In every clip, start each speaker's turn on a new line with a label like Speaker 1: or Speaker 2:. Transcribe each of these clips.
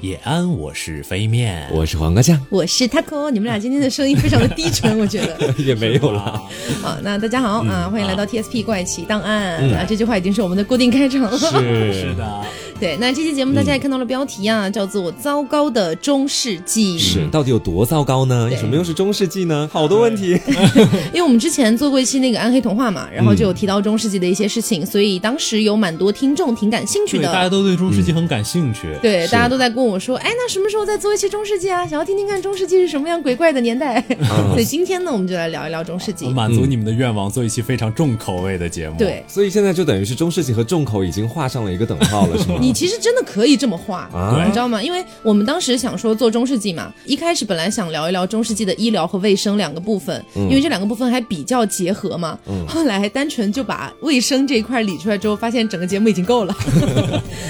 Speaker 1: 也安，我是飞面，
Speaker 2: 我是黄瓜 酱，
Speaker 3: 我是 Taco，你们 俩今天的声音非常的低沉， 我觉得。
Speaker 2: 也没有了。
Speaker 1: 啊
Speaker 3: 好，那大家好、啊，欢迎来到 TSP 怪奇档案、啊，这句话已经是我们的固定开场了。
Speaker 2: 是
Speaker 1: 是，的，
Speaker 3: 对，那这期节目大家也看到了标题啊，叫做《糟糕的中世纪》。
Speaker 2: 是，到底有多糟糕呢？
Speaker 3: 对
Speaker 2: 什么又是中世纪呢？好多问题。
Speaker 3: 因为我们之前做过一期那个暗黑童话嘛，然后就有提到中世纪的一些事情，所以当时有蛮多听众挺感兴趣
Speaker 1: 对，大家
Speaker 3: 的。嗯
Speaker 1: 都对中世纪很感兴趣。
Speaker 3: 对，大家都在跟我说，哎，那什么时候再做一期中世纪啊？想要听听看中世纪是什么样鬼怪的年代。 所以今天呢，我们就来聊一聊中世纪
Speaker 1: 我。满足你们的愿望，做一期非常重口味的节目。
Speaker 3: 对，
Speaker 2: 所以现在就等于是中世纪和重口已经画上了一个等号了，是吗？
Speaker 1: 啊
Speaker 3: 你其实真的可以这么画，
Speaker 2: 啊
Speaker 3: 你知道吗？因为我们当时想说做中世纪嘛，一开始本来想聊一聊中世纪的医疗和卫生两个部分，
Speaker 1: 嗯
Speaker 3: 因为这两个部分还比较结合嘛。后来单纯就把卫生这一块理出来之后，发现整个节目已经 够了。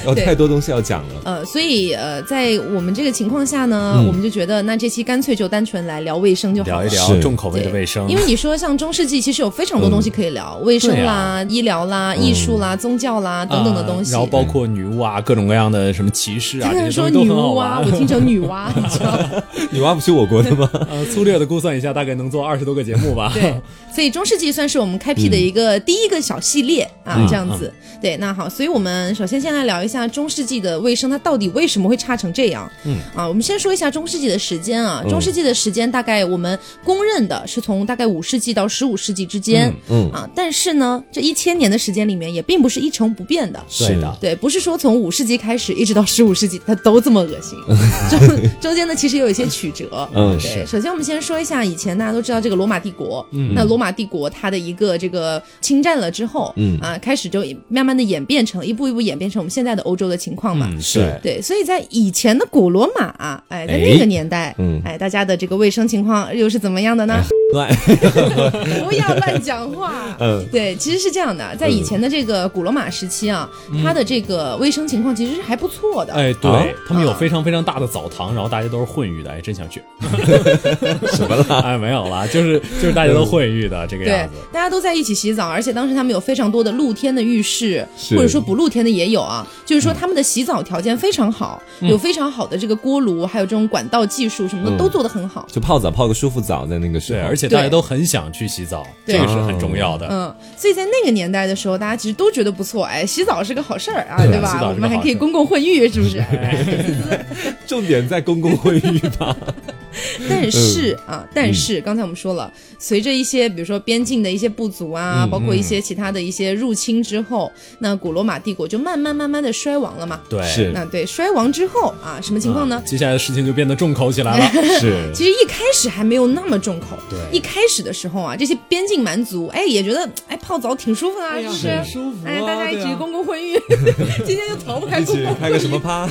Speaker 2: 有
Speaker 3: 对
Speaker 2: 哦太多东西要讲了。
Speaker 3: 呃，所以呃，在我们这个情况下呢，我们就觉得那这期干脆就单纯来聊卫生就好
Speaker 1: 嗯
Speaker 3: 了。
Speaker 1: 聊一聊
Speaker 2: 是
Speaker 1: 重口味的卫生，
Speaker 3: 因为你说像中世纪，其实有非常多东西可以聊，卫生啦、
Speaker 1: 嗯
Speaker 3: 医疗啦、艺术啦、宗教啦等等的东
Speaker 1: 啊啊
Speaker 3: 西。
Speaker 1: 然后包括女巫啊，各种各样的什么骑士啊，
Speaker 3: 他
Speaker 1: 这
Speaker 3: 们
Speaker 1: 些
Speaker 3: 说
Speaker 1: 东西都
Speaker 3: 女
Speaker 1: 很好
Speaker 3: 巫啊，
Speaker 1: 玩
Speaker 3: 我。听成女娲，你知道吗？
Speaker 2: 女娲不是我国的吗？
Speaker 1: 呃，粗略的估算一下，大概能做二十多个节目吧。
Speaker 3: 对，所以中世纪算是我们开辟的一个第一个小系列啊，
Speaker 1: 嗯
Speaker 3: 这样子。对，那好，所以我们首先先来聊一下中世纪的卫生，它到底为什么会差成这样？嗯，啊，我们先说一下中世纪的时间啊，
Speaker 1: 嗯
Speaker 3: 中世纪的时间大概我们公认的是从大概五世纪到十五世纪之间，
Speaker 2: 嗯
Speaker 3: 啊，但是呢，这一千年的时间里面也并不是一成不变的。
Speaker 1: 对的，
Speaker 3: 对，不是说从五世纪开始一直到十五世纪，它都这么恶心，中中间呢其实也有一些曲折。
Speaker 2: 嗯
Speaker 3: 对，首先我们先说一下以前大家都知道这个罗马帝国，嗯，那罗马帝国它的一个这个侵占了之后，嗯啊，开始就慢慢的演变成一步一步演变成我们现在的欧洲的情况嘛。
Speaker 1: 嗯，
Speaker 2: 是
Speaker 3: 对，所以在以前的古罗马，哎，在那个年代，
Speaker 2: 嗯
Speaker 3: 哎，大家的这个卫生情况又是怎么样的呢？
Speaker 2: 乱
Speaker 3: 不要乱讲 话。
Speaker 2: 嗯
Speaker 3: 对，其实是这样的，
Speaker 1: 嗯
Speaker 3: 在以前的这个古罗马时期啊，它的这个卫生情况其实是还不错的。
Speaker 1: 哎，
Speaker 2: 啊
Speaker 1: 对他们有非常非常大的澡堂，然后大家都是混浴的，哎，真想 去。
Speaker 2: 什么啦？
Speaker 1: 哎，没有啦，就是就是大家都混浴的这个
Speaker 3: 对
Speaker 1: 样子。，
Speaker 3: 大家都在一起洗澡，而且当时他们有非常多的露天的浴室，
Speaker 2: 是
Speaker 3: 或者说不露天的也有啊。就是
Speaker 1: 嗯
Speaker 3: 说他们的洗澡条件非常好，有非常好的这个锅炉，还有这种管道技术什
Speaker 1: 嗯
Speaker 3: 么的、都做得很好。
Speaker 2: 就泡澡，泡个舒服澡，在那个时
Speaker 1: 对，
Speaker 2: 候，
Speaker 1: 而且大家都很想去洗澡，
Speaker 3: 对
Speaker 1: 这个是很重要的。
Speaker 3: 嗯，所以在那个年代的时候，大家其实都觉得不错，哎，洗澡是个好事儿啊，
Speaker 1: 对
Speaker 3: 对
Speaker 1: 洗澡是个
Speaker 3: 吧？我们还
Speaker 1: 好
Speaker 3: 可以
Speaker 1: 事儿
Speaker 3: 公共混 浴，是不是？哎
Speaker 2: 重点在公共卫浴吧。
Speaker 3: 但是啊，但是刚才我们说了，随着一些比如说边境的一些不足啊，包括一些其他的一些入侵之后，那古罗马帝国就慢慢慢慢的衰亡了嘛。
Speaker 1: 对，
Speaker 2: 是
Speaker 3: 那对衰亡之后啊，什么情况呢？
Speaker 1: 嗯接下来的事情就变得重口起 来了。
Speaker 2: 是
Speaker 3: 其实一开始还没有那么重口，
Speaker 1: 对
Speaker 3: 一开始的时候啊，这些边境蛮族，哎，也觉得哎泡澡挺舒服的啊，是不是？
Speaker 1: 舒服
Speaker 3: 哎，大家一起公共混浴， 今天就逃不开
Speaker 2: 一
Speaker 3: 公
Speaker 2: 起
Speaker 3: 共
Speaker 2: 开个什么趴？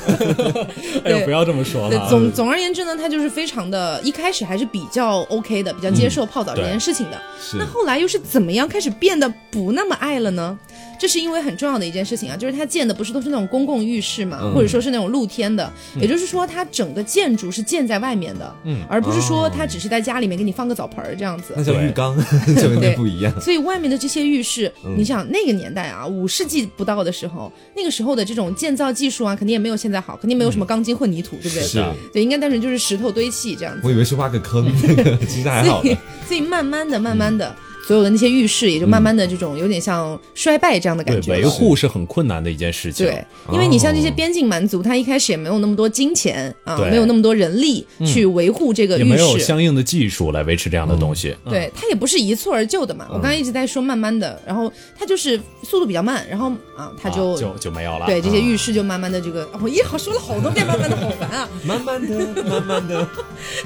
Speaker 1: 哎呦，
Speaker 3: 对
Speaker 1: 不要这么说
Speaker 3: 对
Speaker 1: 了，。嗯
Speaker 2: 嗯
Speaker 3: 总总而言之呢，他就是非常的，一开始还是比较 OK 的，比较接受泡澡这件事情的。
Speaker 2: 嗯是
Speaker 3: 那后来又是怎么样开始变得不那么爱了呢？这是因为很重要的一件事情啊，就是它建的不是都是那种公共浴室
Speaker 2: 嗯
Speaker 3: 嘛，或者说是那种露天的，也就是说它整个建筑是建在外面的，嗯，而不是说它只是在家里面给你放个澡盆儿这样子。
Speaker 2: 哦那叫浴缸， 就有点不一样。
Speaker 3: 所以外面的这些浴室，
Speaker 2: 嗯
Speaker 3: 你想那个年代啊，五世纪不到的时候，那个时候的这种建造技术啊，肯定也没有现在好，肯定没有什么钢筋混凝土，对不对？
Speaker 2: 嗯是
Speaker 3: 对，应该单纯就是石头堆砌这样子。
Speaker 2: 我以为是挖个坑，那个其实还好
Speaker 3: 所 以
Speaker 2: 的。，
Speaker 3: 所以慢慢的、慢慢的，所有的那些浴室也就慢慢的这种有点像衰败这样的感
Speaker 1: 嗯对，
Speaker 3: 觉了。
Speaker 1: 维护是很困难的一件事情。
Speaker 3: 对，因为你像这些边境蛮族，他一开始也没有那么多金钱啊，
Speaker 1: 对嗯
Speaker 3: 没有那么多人力去维护这个
Speaker 1: 也
Speaker 3: 浴
Speaker 1: 没有
Speaker 3: 室。
Speaker 1: 相应的技术来维持这样的东西。嗯
Speaker 3: 对，它也不是一蹴而就的嘛。我刚才一直在说慢慢的，然后它就是速度比较慢，然后啊，它
Speaker 1: 啊
Speaker 3: 就
Speaker 1: 就嗯就没有了。
Speaker 3: 对，这些浴室就慢慢的这个，我一好说了好多遍，慢慢的好烦啊。
Speaker 2: 慢慢的，慢慢的，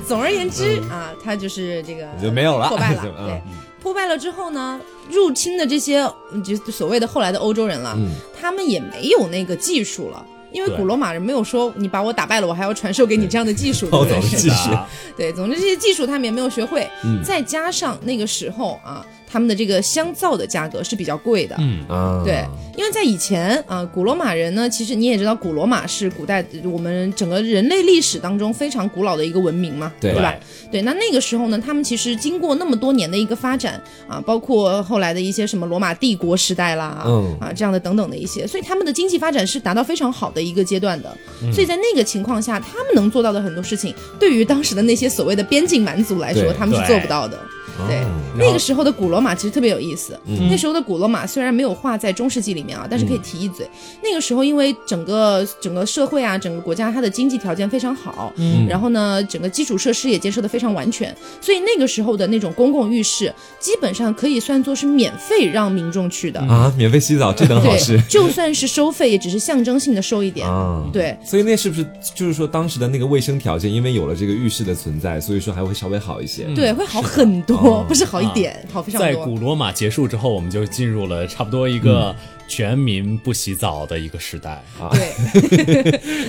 Speaker 3: 总而言之啊，它就是这个
Speaker 2: 嗯就没有了
Speaker 3: 破败了
Speaker 2: 就， 嗯
Speaker 3: 对，破败了之后呢，入侵的这些嗯就所谓的后来的欧洲人了，
Speaker 2: 嗯
Speaker 3: 他们也没有那个技术了。因为
Speaker 1: 对
Speaker 3: 古罗马人没有说你把我打败了，我还要传授给你这样的 技术，对
Speaker 2: 暴
Speaker 3: 不
Speaker 2: 走的
Speaker 3: 对？
Speaker 2: 技术
Speaker 1: 啊
Speaker 2: 嗯
Speaker 3: 对，总之这些技术他们也没有学会，再加上那个时候啊，他们的这个香皂的价格是比较贵的。
Speaker 1: 嗯，
Speaker 2: 啊，
Speaker 3: 对，因为在以前啊、古罗马人呢，其实你也知道，古罗马是古代我们整个人类历史当中非常古老的一个文明嘛，
Speaker 2: 对
Speaker 3: 吧？对，那那个时候呢，他们其实经过那么多年的一个发展啊，包括后来的一些什么罗马帝国时代啦，
Speaker 2: 嗯
Speaker 3: 啊这样的等等的一些，所以他们的经济发展是达到非常好的一个阶段的。
Speaker 2: 嗯
Speaker 3: 所以在那个情况下，他们能做到的很多事情，对于当时的那些所谓的边境蛮族来说
Speaker 2: 对，哦
Speaker 3: 他们是
Speaker 1: 对
Speaker 3: 做不到的。对，那个时候的古罗马其实特别有意思。
Speaker 2: 嗯
Speaker 3: 那时候的古罗马虽然没有画在中世纪里面啊，但是可以提一嘴。那个时候因为整个整个社会啊，整个国家它的经济条件非常好，然后呢，整个基础设施也建设的非常完全，所以那个时候的那种公共浴室基本上可以算作是免费让民众去的。
Speaker 2: 啊，免费洗澡这等好
Speaker 3: 嗯对
Speaker 2: 事，
Speaker 3: 就算是收费，也只是象征性的收一点。
Speaker 2: 啊。
Speaker 3: 对，
Speaker 2: 所以那是不是就是说当时的那个卫生条件，因为有了这个浴室的存在，所以说还会稍微好一些？
Speaker 3: 对，会好很多，不是好一点，好非常
Speaker 1: 在
Speaker 3: 多。
Speaker 1: 古罗马结束之后，我们就进入了差不多一
Speaker 3: 嗯
Speaker 1: 个全民不洗澡的一个时代。
Speaker 3: 对，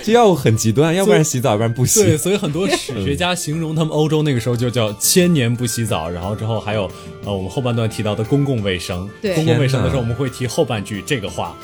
Speaker 2: 这要很极端，要不然洗澡，要不然不洗
Speaker 1: 对，。所以很多史学家形容他们欧洲那个时候就叫千年不洗澡，然后之后还有呃我们后半段提到的公共卫生，
Speaker 3: 对
Speaker 1: 公共卫生的时
Speaker 2: 天哪
Speaker 1: 候我们会提后半句这个话，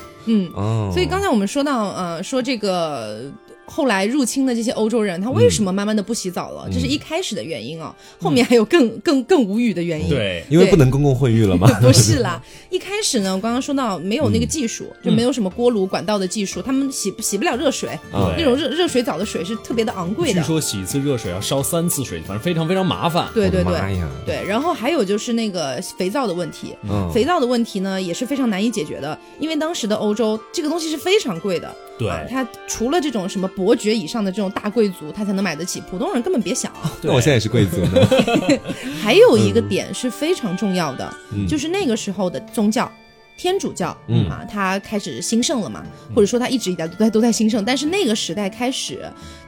Speaker 2: 哦，
Speaker 3: 所以刚才我们说到，呃，说这个后来入侵的这些欧洲人，他为什么慢慢的不洗澡了？这是一开始的原因啊，后面还有更 更更无语的原因。
Speaker 1: 对，
Speaker 2: 因为不能公共混浴了嘛。
Speaker 3: 不是啦，一开始呢，我刚刚说到没有那个
Speaker 2: 嗯
Speaker 3: 技术，就没有什么锅炉、管道的技术，他们洗洗不了热水，
Speaker 2: 啊
Speaker 1: 对
Speaker 3: 那种热热水澡的水是特别的昂贵
Speaker 1: 据
Speaker 3: 的。
Speaker 1: 说洗一次热水要烧三次水，反正非常非常麻烦。
Speaker 3: 对对
Speaker 2: 我的
Speaker 3: 对
Speaker 2: 妈，呀，
Speaker 3: 对，然后还有就是那个肥皂的问题，
Speaker 2: 嗯
Speaker 3: 肥皂的问题呢也是非常难以解决的，因为当时的欧洲这个东西是非常贵的，
Speaker 1: 对
Speaker 3: 啊它除了这种什么伯爵以上的这种大贵族，他才能买得起，普通人根本别想。啊
Speaker 2: 那我现在也是贵族呢。
Speaker 3: 还有一
Speaker 2: 嗯
Speaker 3: 个点是非常重要的，就是那个时候的宗教。天主教，
Speaker 2: 嗯
Speaker 3: 啊，它开始兴盛了嘛，或者说它一直以来都在都在兴盛，但是那个时代开始，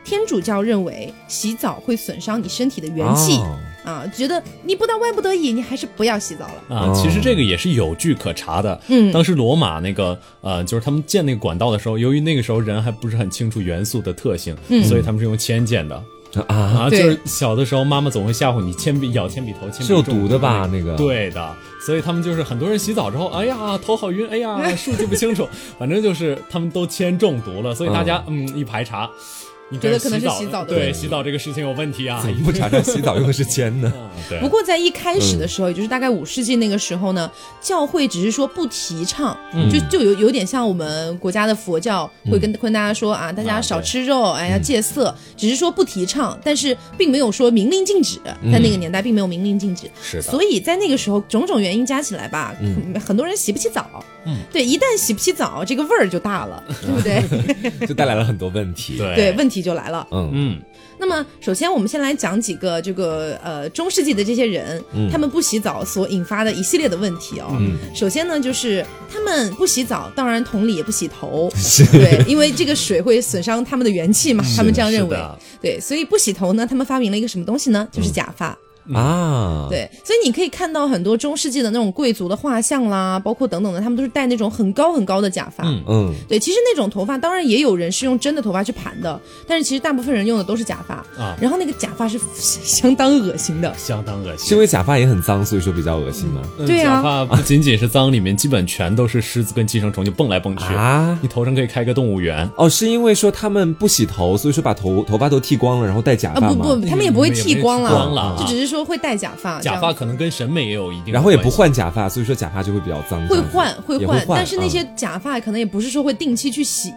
Speaker 3: 天主教认为洗澡会损伤你身体的 元气、
Speaker 2: 哦
Speaker 3: 啊，觉得你不到万不得已，你还是不要洗澡了。
Speaker 1: 啊，其实这个也是有据可查的。
Speaker 3: 哦嗯
Speaker 1: 当时罗马那个呃，就是他们建那个管道的时候，由于那个时候人还不是很清楚元素的特性，
Speaker 3: 嗯
Speaker 1: 所以他们是用铅建的
Speaker 2: 啊，
Speaker 1: 啊。就
Speaker 3: 对
Speaker 1: 是小的时候，妈妈总会吓唬你，铅笔咬铅笔头，铅笔
Speaker 2: 是有
Speaker 1: 中
Speaker 2: 毒的吧？？那个，
Speaker 1: 对的，所以他们就是很多人洗澡之后，哎呀，头好晕，哎 呀，数据不清楚，反正就是他们都铅中毒了，所以大家嗯一排查，你这
Speaker 3: 觉得可能是洗澡的
Speaker 1: 对
Speaker 3: 问
Speaker 1: 洗澡这个事情有问题啊
Speaker 2: 怎。么不查查洗澡用的是铅呢？
Speaker 1: 啊对
Speaker 3: 不，过在一开始的时候，也就是大概五世纪那个时候呢，教会只是说不提倡，就就有有点像我们国家的佛教会跟、跟大家说啊，大家
Speaker 1: 啊
Speaker 3: 少
Speaker 1: 对
Speaker 3: 吃肉，哎呀戒色，只是说不提倡，但是并没有说明令禁止，在那个年代并没有明令禁止，
Speaker 1: 是的
Speaker 3: 所以在那个时候种种原因加起来吧，很多人洗不起澡，嗯，对，一旦洗不起澡，这个味儿就大了，对不 对？
Speaker 2: 就带来了很多问题。，
Speaker 1: 对
Speaker 3: 对，问题就来了。
Speaker 2: 嗯，
Speaker 1: 嗯，
Speaker 3: 那么，首先我们先来讲几个这个呃中世纪的这些人，
Speaker 1: 嗯
Speaker 3: 他们不洗澡所引发的一系列的问题哦。首先呢，就是他们不洗澡，当然同理也不洗 头，对，因为这个水会损伤他们的元气嘛，他们这样认
Speaker 1: 嗯是
Speaker 3: 为
Speaker 1: 的。
Speaker 3: 对，所以不洗头呢，他们发明了一个什么东西呢？就是假发。
Speaker 1: 嗯
Speaker 2: 啊，，
Speaker 3: 对，所以你可以看到很多中世纪的那种贵族的画像啦，包括等等的，他们都是戴那种很高很高的假发。
Speaker 1: 嗯
Speaker 2: 嗯，
Speaker 3: 对，其实那种头发，当然也有人是用真的头发去盘的，但是其实大部分人用的都是假发
Speaker 1: 啊
Speaker 3: 然后那个假发是相当恶心的，
Speaker 1: 相当恶心。
Speaker 2: 是因为假发也很脏，所以说比较恶心吗？
Speaker 1: 嗯
Speaker 3: 对啊
Speaker 1: 假发不仅仅是脏，里面基本全都是虱子跟寄生虫，就蹦来蹦
Speaker 3: 嗯
Speaker 1: 去。
Speaker 2: 啊
Speaker 1: 你，头上可以开个动物园，
Speaker 2: 哦，是因为说他们不洗头，所以说把头头发都剃光了，然后戴假
Speaker 3: 啊
Speaker 2: 发吗？
Speaker 3: 不不，他们也
Speaker 1: 也
Speaker 3: 不会
Speaker 1: 没
Speaker 3: 剃
Speaker 1: 剃
Speaker 3: 光了，
Speaker 1: 光了啊
Speaker 3: 就只是说会戴假发，
Speaker 1: 假发可能跟审美也有一定的
Speaker 2: 然后也不
Speaker 1: 关系。
Speaker 2: 换假发，所以说假发就会比较脏。这
Speaker 3: 会
Speaker 2: 样子
Speaker 3: 换会
Speaker 2: 也
Speaker 3: 换
Speaker 2: 换，，
Speaker 3: 但
Speaker 1: 啊
Speaker 3: 是那些
Speaker 2: 嗯
Speaker 3: 假发可能也不是说会定期去洗，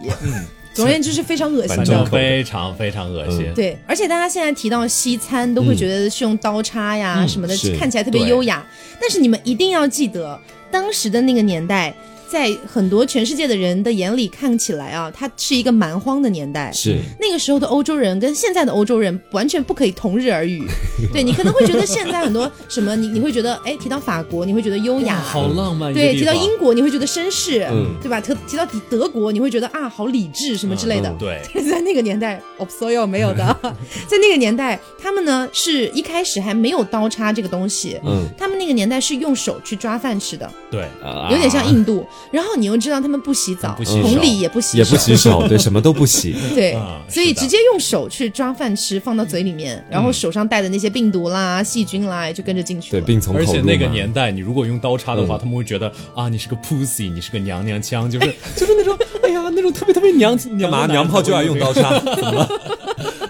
Speaker 3: 总而言之是非常恶心
Speaker 1: 嗯反
Speaker 3: 的
Speaker 1: 正。嗯非常非常恶心。
Speaker 3: 对，而且大家现在提到西餐，都会觉得是用刀叉呀、
Speaker 1: 嗯
Speaker 3: 什么的
Speaker 2: 是，
Speaker 3: 看起来特别优雅。但是你们一定要记得，当时的那个年代，在很多全世界的人的眼里看起来啊，它是一个蛮荒的年代。
Speaker 2: 是
Speaker 3: 那个时候的欧洲人跟现在的欧洲人完全不可以同日 而语。对你可能会觉得现在很多什么，你你会觉得，哎，提到法国你会觉得优雅，
Speaker 1: 好浪漫一个地
Speaker 3: 对，
Speaker 1: 方。
Speaker 3: 提到英国你会觉得绅士，
Speaker 2: 嗯
Speaker 3: 对吧？特提到德国你会觉得啊，好理智什么之类的。
Speaker 1: 嗯对，
Speaker 3: 在那个年代 o b s o y o 没有的， 在那个年代，他们呢是一开始还没有刀叉这个东西，
Speaker 2: 嗯
Speaker 3: 他们那个年代是用手去抓饭吃的，
Speaker 1: 对，
Speaker 2: 啊
Speaker 3: 有点像印度。然后你又知道他们不洗澡，
Speaker 1: 嗯不洗
Speaker 3: 同
Speaker 1: 手
Speaker 3: 理也不洗
Speaker 2: 也不
Speaker 3: 手
Speaker 2: 洗手，对，什么都 不洗。
Speaker 3: 对
Speaker 1: 啊，
Speaker 3: 所以
Speaker 1: 是的嗯
Speaker 3: 直接用手去抓饭吃，放到嘴里面，然后手上带的那些病毒啦、细菌啦，就跟着进去
Speaker 2: 对，
Speaker 3: 了。
Speaker 2: 病从口
Speaker 1: 而
Speaker 2: 入嘛。
Speaker 1: 且那个年代，你如果用刀叉的话，他们会觉得啊，你是个 pussy，你是个娘娘腔，就是就是那种，哎呀，那种特别特别娘
Speaker 2: 干
Speaker 1: 娘的
Speaker 2: 嘛
Speaker 1: 男人
Speaker 2: 娘炮就要用刀叉？
Speaker 1: 可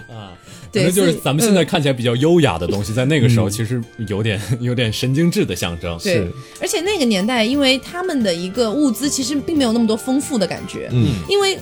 Speaker 3: 对，
Speaker 1: 能就是
Speaker 3: 所以嗯
Speaker 1: 咱们现在看起来比较优雅的东西，在那个时
Speaker 2: 嗯
Speaker 1: 候其实有点有点神经质的象征。
Speaker 3: 对，而且那个年代，因为他们的一个物资其实并没有那么多丰富的感觉，
Speaker 2: 嗯，
Speaker 3: 因为。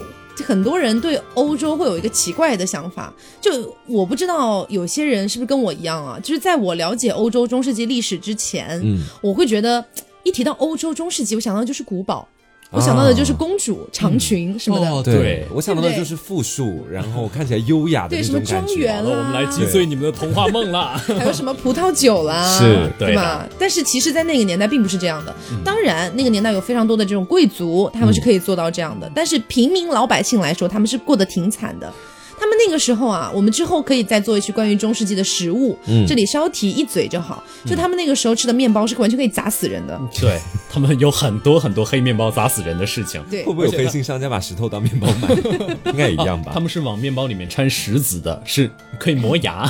Speaker 3: 很多人对欧洲会有一个奇怪的想法，就我不知道有些人是不是跟我一样啊，就是在我了解欧洲中世纪历史之前，
Speaker 2: 嗯
Speaker 3: 我会觉得一提到欧洲中世纪，我想到的就是古堡，
Speaker 2: 啊
Speaker 3: 我想到的就是公主、长
Speaker 2: 嗯
Speaker 3: 裙什么的，
Speaker 1: 哦，
Speaker 2: 对
Speaker 1: 对，。
Speaker 2: 我想到的就是复数，然后看起来优雅的
Speaker 3: 对
Speaker 2: 那
Speaker 3: 什么
Speaker 2: 种感
Speaker 3: 庄
Speaker 2: 觉。啊
Speaker 1: 好
Speaker 3: 园
Speaker 1: 了，我们来击碎你们的童话梦啦！
Speaker 3: 还有什么葡萄酒啦，
Speaker 2: 是
Speaker 1: 对
Speaker 3: 对吧？但是其实，在那个年代并不是这样的。当然，那个年代有非常多的这种贵族，他们是可以做到这样的。但是平民老百姓来说，他们是过得挺惨的。他们那个时候啊，我们之后可以再做一期关于中世纪的食物，这里稍提一嘴就好。就他们那个时候吃的面包是完全可以砸死人的，
Speaker 1: 对 他们有很多很多黑面包砸死人的事情，
Speaker 3: 对
Speaker 2: 会不会有黑心商家把石头当面包 卖？应该也一样吧
Speaker 1: 啊他。们是往面包里面掺石子的，是可以磨 牙。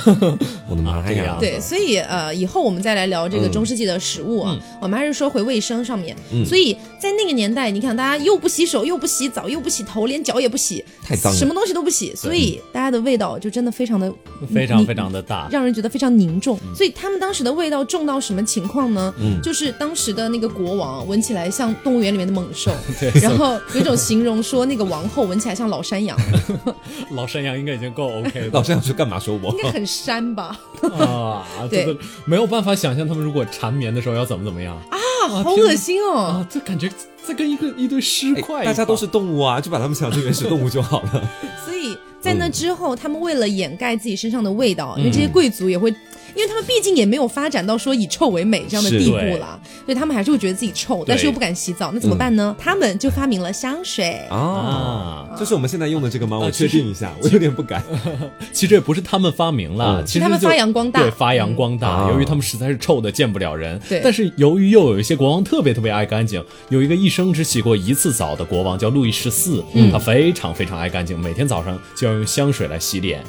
Speaker 2: 我的妈
Speaker 1: 这
Speaker 2: 呀
Speaker 1: 样！
Speaker 3: 对，所以呃，以后我们再来聊这个中世纪的食物啊，我们还是说回卫生上面。所以在那个年代，你看大家又不洗手，又不洗澡，又不洗头，连脚也不洗，
Speaker 2: 太脏了
Speaker 3: 什么东西都不洗，所以大家的味道就真的非常的
Speaker 1: 非常非常的大，
Speaker 3: 让人觉得非常凝重。所以他们当时的味道重到什么情况呢？就是当时的那个国王闻起来像动物园里面的猛兽，然后有一种形容说那个王后闻起来像老山羊，
Speaker 1: 老山羊应该已经够 OK 了
Speaker 2: 老这样说干嘛？说我
Speaker 3: 应该很膻吧？
Speaker 1: 啊！
Speaker 3: 对
Speaker 1: 真的没有办法想象他们如果缠绵的时候要怎么怎么样啊！
Speaker 3: 啊，好
Speaker 1: 天哪
Speaker 3: 恶心哦！
Speaker 1: 这感觉在跟一个一堆尸块一样，
Speaker 2: 哎大家都是动物啊，就把它们想成原始动物就好了。
Speaker 3: 所以在那之后，他们为了掩盖自己身上的味道，因为这些贵族也会，因为他们毕竟也没有发展到说以臭为美这样的
Speaker 2: 是
Speaker 3: 地步啦，所以他们还是会觉得自己臭，但是又不敢洗澡，那怎么办呢？他们就发明了香水。
Speaker 2: 啊，
Speaker 1: 啊。
Speaker 2: 就是我们现在用的这个吗？我
Speaker 1: 啊
Speaker 2: 确定一下，
Speaker 3: 呃
Speaker 2: 我有点不敢。
Speaker 1: 其实也不是他们发明了，
Speaker 2: 嗯
Speaker 1: 其实
Speaker 3: 是他们
Speaker 1: 就
Speaker 3: 发扬光大
Speaker 1: 对，发扬光大。
Speaker 2: 嗯
Speaker 1: 由于他们实在是臭的见不了人，
Speaker 3: 对
Speaker 1: 但是由于又有一些国王特别特别爱干净，有一个一生只洗过一次澡的国王叫路易十四，
Speaker 3: 嗯
Speaker 1: 他非常非常爱干净，每天早上就要用香水来洗脸，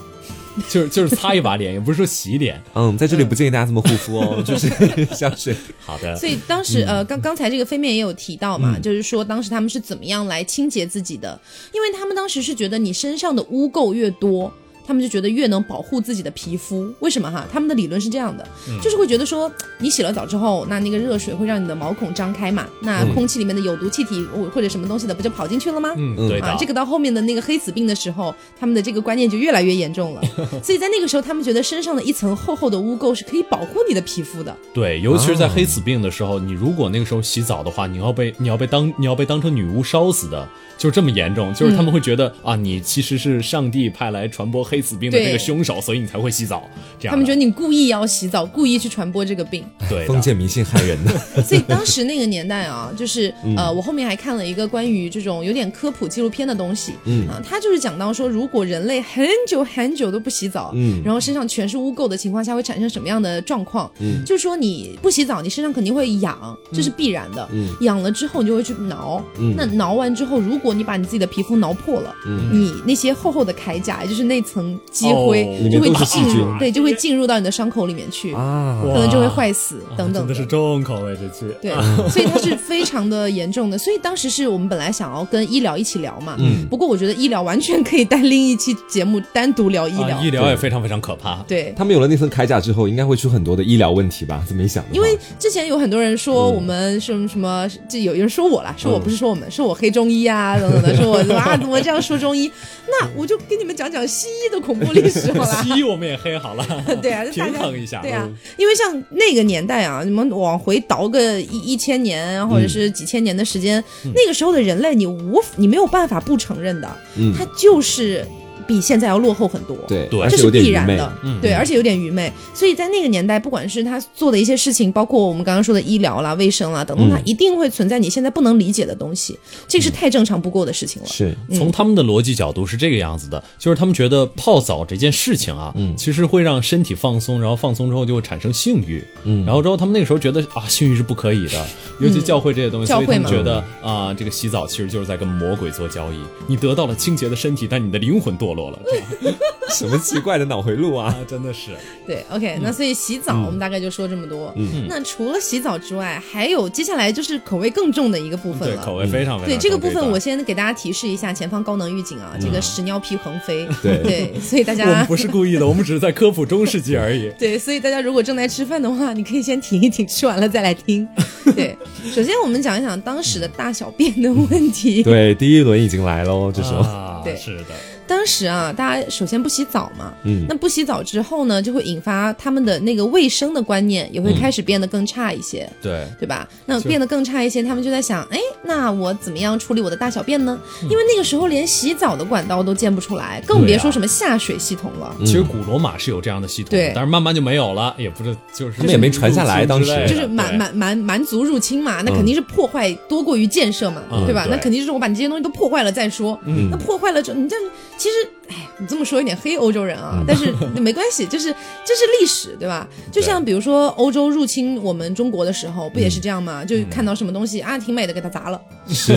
Speaker 1: 就是 就是擦一把脸，也不是说洗脸。
Speaker 2: 嗯，在这里不建议大家这么护肤 哦，就是香水。
Speaker 1: 好的，
Speaker 3: 所以当时呃，刚刚才这个飞面也有提到嘛，就是说当时他们是怎么样来清洁自己的，因为他们当时是觉得你身上的污垢越多。他们就觉得越能保护自己的皮肤，为什么哈？他们的理论是这样的，就是会觉得说，你洗了澡之后，那那个热水会让你的毛孔张开嘛，那空气里面的有毒气体或或者什么东西的，不就跑进去了吗？
Speaker 1: 嗯，对的，
Speaker 3: 啊，这个到后面的那个黑死病的时候，他们的这个观念就越来越严重了。所以在那个时候，他们觉得身上的一层厚厚的污垢是可以保护你的皮肤的。
Speaker 1: 对，尤其是在黑死病的时候，你如果那个时候洗澡的话，你要被你要被当你要被当成女巫烧死的，就这么严重。就是他们会觉得、啊，你其实是上帝派来传播黑死病的
Speaker 3: 对
Speaker 1: 这个凶手，所以你才会洗澡。这样的，
Speaker 3: 他们觉得你故意要洗澡，故意去传播这个病。
Speaker 1: 对
Speaker 2: 封
Speaker 1: 的，
Speaker 2: 建迷信害人的，
Speaker 3: 所以当时那个年代啊，就是呃，我后面还看了一个关于呃这种有点科普纪录片的东西，嗯啊，它就是讲到说，如果人类很久很久都不洗澡，嗯，然后身上全是污垢的情况下，会产生什么样的状况？嗯，就是说你不洗澡，你身上肯定会痒，这是必然的，嗯，痒了之后你就会去挠，嗯，那挠完之后，如果你把你自己的皮肤挠破了，嗯，你那些厚厚的铠甲，也就是那层积灰
Speaker 1: 哦，
Speaker 3: 就
Speaker 2: 里面
Speaker 3: 会
Speaker 2: 都是细
Speaker 3: 进入嗯
Speaker 2: 菌，
Speaker 3: 对，就会进入到你的伤口里面去，
Speaker 2: 啊
Speaker 1: 哇
Speaker 3: 可能就会坏死等等
Speaker 1: 啊真的是重口味这句。
Speaker 3: 对，所以它是非常的严重的。所以当时是我们本来想要跟医疗一起聊嘛，嗯，不过我觉得医疗完全可以单另一期节目单独聊医疗，
Speaker 1: 啊、医疗也非常非常可怕。
Speaker 3: 对。
Speaker 2: 他们有了那层铠甲之后，应该会出很多的医疗问题吧？这么一想的话，
Speaker 3: 因为之前有很多人说
Speaker 1: 嗯
Speaker 3: 我们什么什么，这有有人说我啦，说我不是说我们，说我黑中医啊等等 的，说我啊怎么这样说中医，那我就给你们讲讲西医的恐怖历史好 啦。
Speaker 1: 西医我们也黑好了，
Speaker 3: 对啊，就大家
Speaker 1: 平衡一下
Speaker 3: 对啊，
Speaker 2: 嗯
Speaker 3: 因为像那个年代啊，你们往回倒个一一千年或者是几千年的
Speaker 2: 嗯
Speaker 3: 时间，那个时候的人类，你无你没有办法不承认的，他就是比现在要落后很多。
Speaker 2: 嗯对
Speaker 1: 对
Speaker 2: 而
Speaker 3: 这
Speaker 2: 且
Speaker 3: 是
Speaker 2: 有点
Speaker 3: 必
Speaker 2: 愚
Speaker 3: 然
Speaker 2: 昧嗯
Speaker 3: 的，对，而且有点愚昧。所以在那个年代，不管是他做的一些事情，包括我们刚刚说的医疗啦、卫生啦
Speaker 2: 嗯
Speaker 3: 等等，他一定会存在你现在不能理解的东西，这是太正常不过的事情了。
Speaker 2: 是
Speaker 1: 从他们的逻辑角度是这个样子的，就是他们觉得泡澡这件事情啊，其实会让身体放松，然后放松之后就会产生性欲，然后之后他们那个时候觉得啊，性欲是不可以的，尤其教会这些东西，
Speaker 3: 教
Speaker 1: 所以
Speaker 3: 会
Speaker 1: 他们
Speaker 3: 嘛
Speaker 1: 觉得啊，这个洗澡其实就是在跟魔鬼做交易，你得到了清洁的身体，但你的灵魂堕落了，这样
Speaker 2: 什么奇怪的脑回路 啊？
Speaker 1: 啊，真的是，
Speaker 3: 对，OK，那
Speaker 1: 嗯
Speaker 3: 所以洗澡我们大概就说这么多。那除了洗澡之外，还有接下来就是口味更重的一个部分
Speaker 1: 对，
Speaker 3: 了。
Speaker 1: 口味非常非常重
Speaker 3: 对这个部
Speaker 1: 一
Speaker 3: 分，
Speaker 1: 段
Speaker 3: 我先给大家提示一下，前方高能预警啊，这个屎尿屁横 飞，
Speaker 2: 对
Speaker 3: 所以大
Speaker 1: 嗯我 们
Speaker 3: 家。
Speaker 1: 不是故意的，我们只是在科普中世纪而已
Speaker 3: 对，所以大家如果正在吃饭的话，你可以先停一停，吃完了再来听。对，首先我们讲一讲当时的大小便的问题。
Speaker 2: 对，第一轮已经来喽，这时候
Speaker 1: 啊
Speaker 3: 对
Speaker 1: 是的，
Speaker 3: 当时啊，大家首先不洗澡嘛，嗯，那不洗澡之后呢，就会引发他们的那个卫生的观念也会开始变得更差一些。
Speaker 1: 对。
Speaker 3: 对吧？那变得更差一些，他们就在想，哎，那我怎么样处理我的大小便呢？因为那个时候连洗澡的管道都建不出来，更
Speaker 1: 对
Speaker 3: 别
Speaker 1: 啊
Speaker 3: 说什么下水系统了。
Speaker 1: 其实古罗马是有这样的系统，
Speaker 3: 对
Speaker 1: 但是慢慢就没有了，也不是就是他
Speaker 2: 们也没传下来当时
Speaker 1: 哎
Speaker 3: 就是蛮蛮蛮蛮族入侵嘛，那肯定是破坏多过于建设嘛，
Speaker 1: 嗯
Speaker 3: 对吧？
Speaker 1: 对嗯
Speaker 3: 那肯定就是我把你这些东西都破坏了再说。那破坏了之后，你这样其实，哎，你这么说有点黑欧洲人
Speaker 1: 嗯
Speaker 3: 啊， 但是没关系，就是这是历史，对吧？就像比如说欧洲入侵我们中国的时候，不也是
Speaker 1: 嗯
Speaker 3: 这样吗？就看到什么东西啊，挺美的，给它砸了。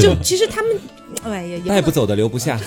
Speaker 3: 就其实他们，哎呀，也不
Speaker 2: 带
Speaker 3: 能
Speaker 2: 不走的留不下。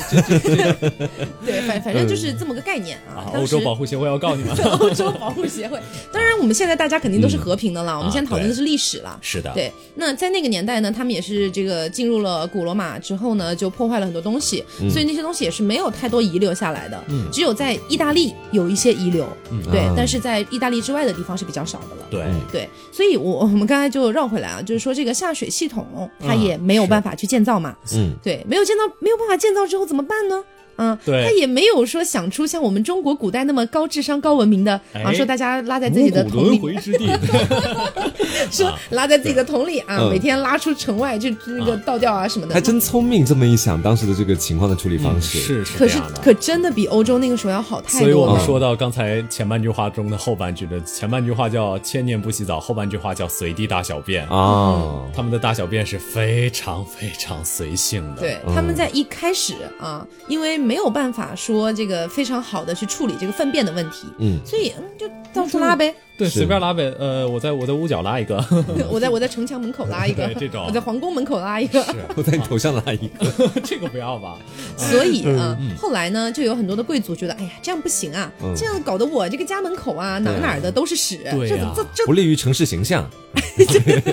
Speaker 3: 对，反反正就是这么个概念啊。
Speaker 1: 啊，
Speaker 3: 当
Speaker 1: 欧洲
Speaker 3: 时
Speaker 1: 保护协会要告你们。
Speaker 3: 欧洲保护协会。当然，我们现在大家肯定都是和平的
Speaker 1: 嗯
Speaker 3: 了，我们现在讨论
Speaker 1: 啊
Speaker 3: 的是历史了。
Speaker 1: 是的，
Speaker 3: 对，那在那个年代呢，他们也是这个进入了古罗马之后呢，就破坏了很多东西，
Speaker 1: 嗯
Speaker 3: 所以那些东西也是没有太多遗留下来的，只有在意大利有一些遗留，
Speaker 1: 嗯
Speaker 3: 对，
Speaker 2: 啊
Speaker 3: 但是在意大利之外的地方是比较少的了。
Speaker 1: 对
Speaker 3: 对，所以我我们刚才就绕回来啊，就是说这个下水系统它也没有办法去建造嘛，
Speaker 2: 嗯，
Speaker 3: 对，没有建造，没有办法建造之后怎么办呢？嗯，
Speaker 1: 对
Speaker 3: 他也没有说想出像我们中国古代那么高智商、高文明的啊，
Speaker 1: 哎
Speaker 3: 说大家拉在自己的
Speaker 1: 五谷
Speaker 3: 桶
Speaker 1: 轮
Speaker 3: 里，
Speaker 1: 回之地，
Speaker 3: 说
Speaker 1: 啊
Speaker 3: 拉在自己的桶里啊，
Speaker 2: 嗯
Speaker 3: 每天拉出城外就那个倒掉啊什么的
Speaker 2: 还。真聪明，这么一想，当时的这个情况的处理方式、
Speaker 1: 是是这
Speaker 3: 可嗯是
Speaker 1: 样的。
Speaker 3: 可真的比欧洲那个时候要好太
Speaker 1: 所以我
Speaker 3: 多
Speaker 1: 们
Speaker 3: 了。
Speaker 1: 说到刚才前半句话中的后半句的，前半句话叫“千年不洗澡”，后半句话叫“随地大小便”
Speaker 2: 啊、。
Speaker 3: 嗯
Speaker 2: 哦，
Speaker 1: 他们的大小便是非常非常随性的。
Speaker 3: 对，他们在一开始啊，因为没有办法说这个非常好的去处理这个粪便的问题，
Speaker 2: 嗯
Speaker 3: 所以嗯就到处拉呗。
Speaker 1: 对，
Speaker 2: 是
Speaker 1: 随便拉呗。呃，我在我在屋角拉一个，
Speaker 3: 我在我在城墙门口拉一个
Speaker 1: 嗯对，这种
Speaker 3: 我在皇宫门口拉一个，
Speaker 2: 我在你头上拉一个，
Speaker 1: 这个不要吧？
Speaker 3: 所以
Speaker 1: 嗯
Speaker 3: 啊，后来呢，就有很多的贵族觉得，哎呀，这样不行啊，这样搞得我这个家门口啊，哪儿哪儿的都是屎，
Speaker 1: 对
Speaker 3: 这
Speaker 1: 呀
Speaker 3: 这这
Speaker 2: 不利于城市形象。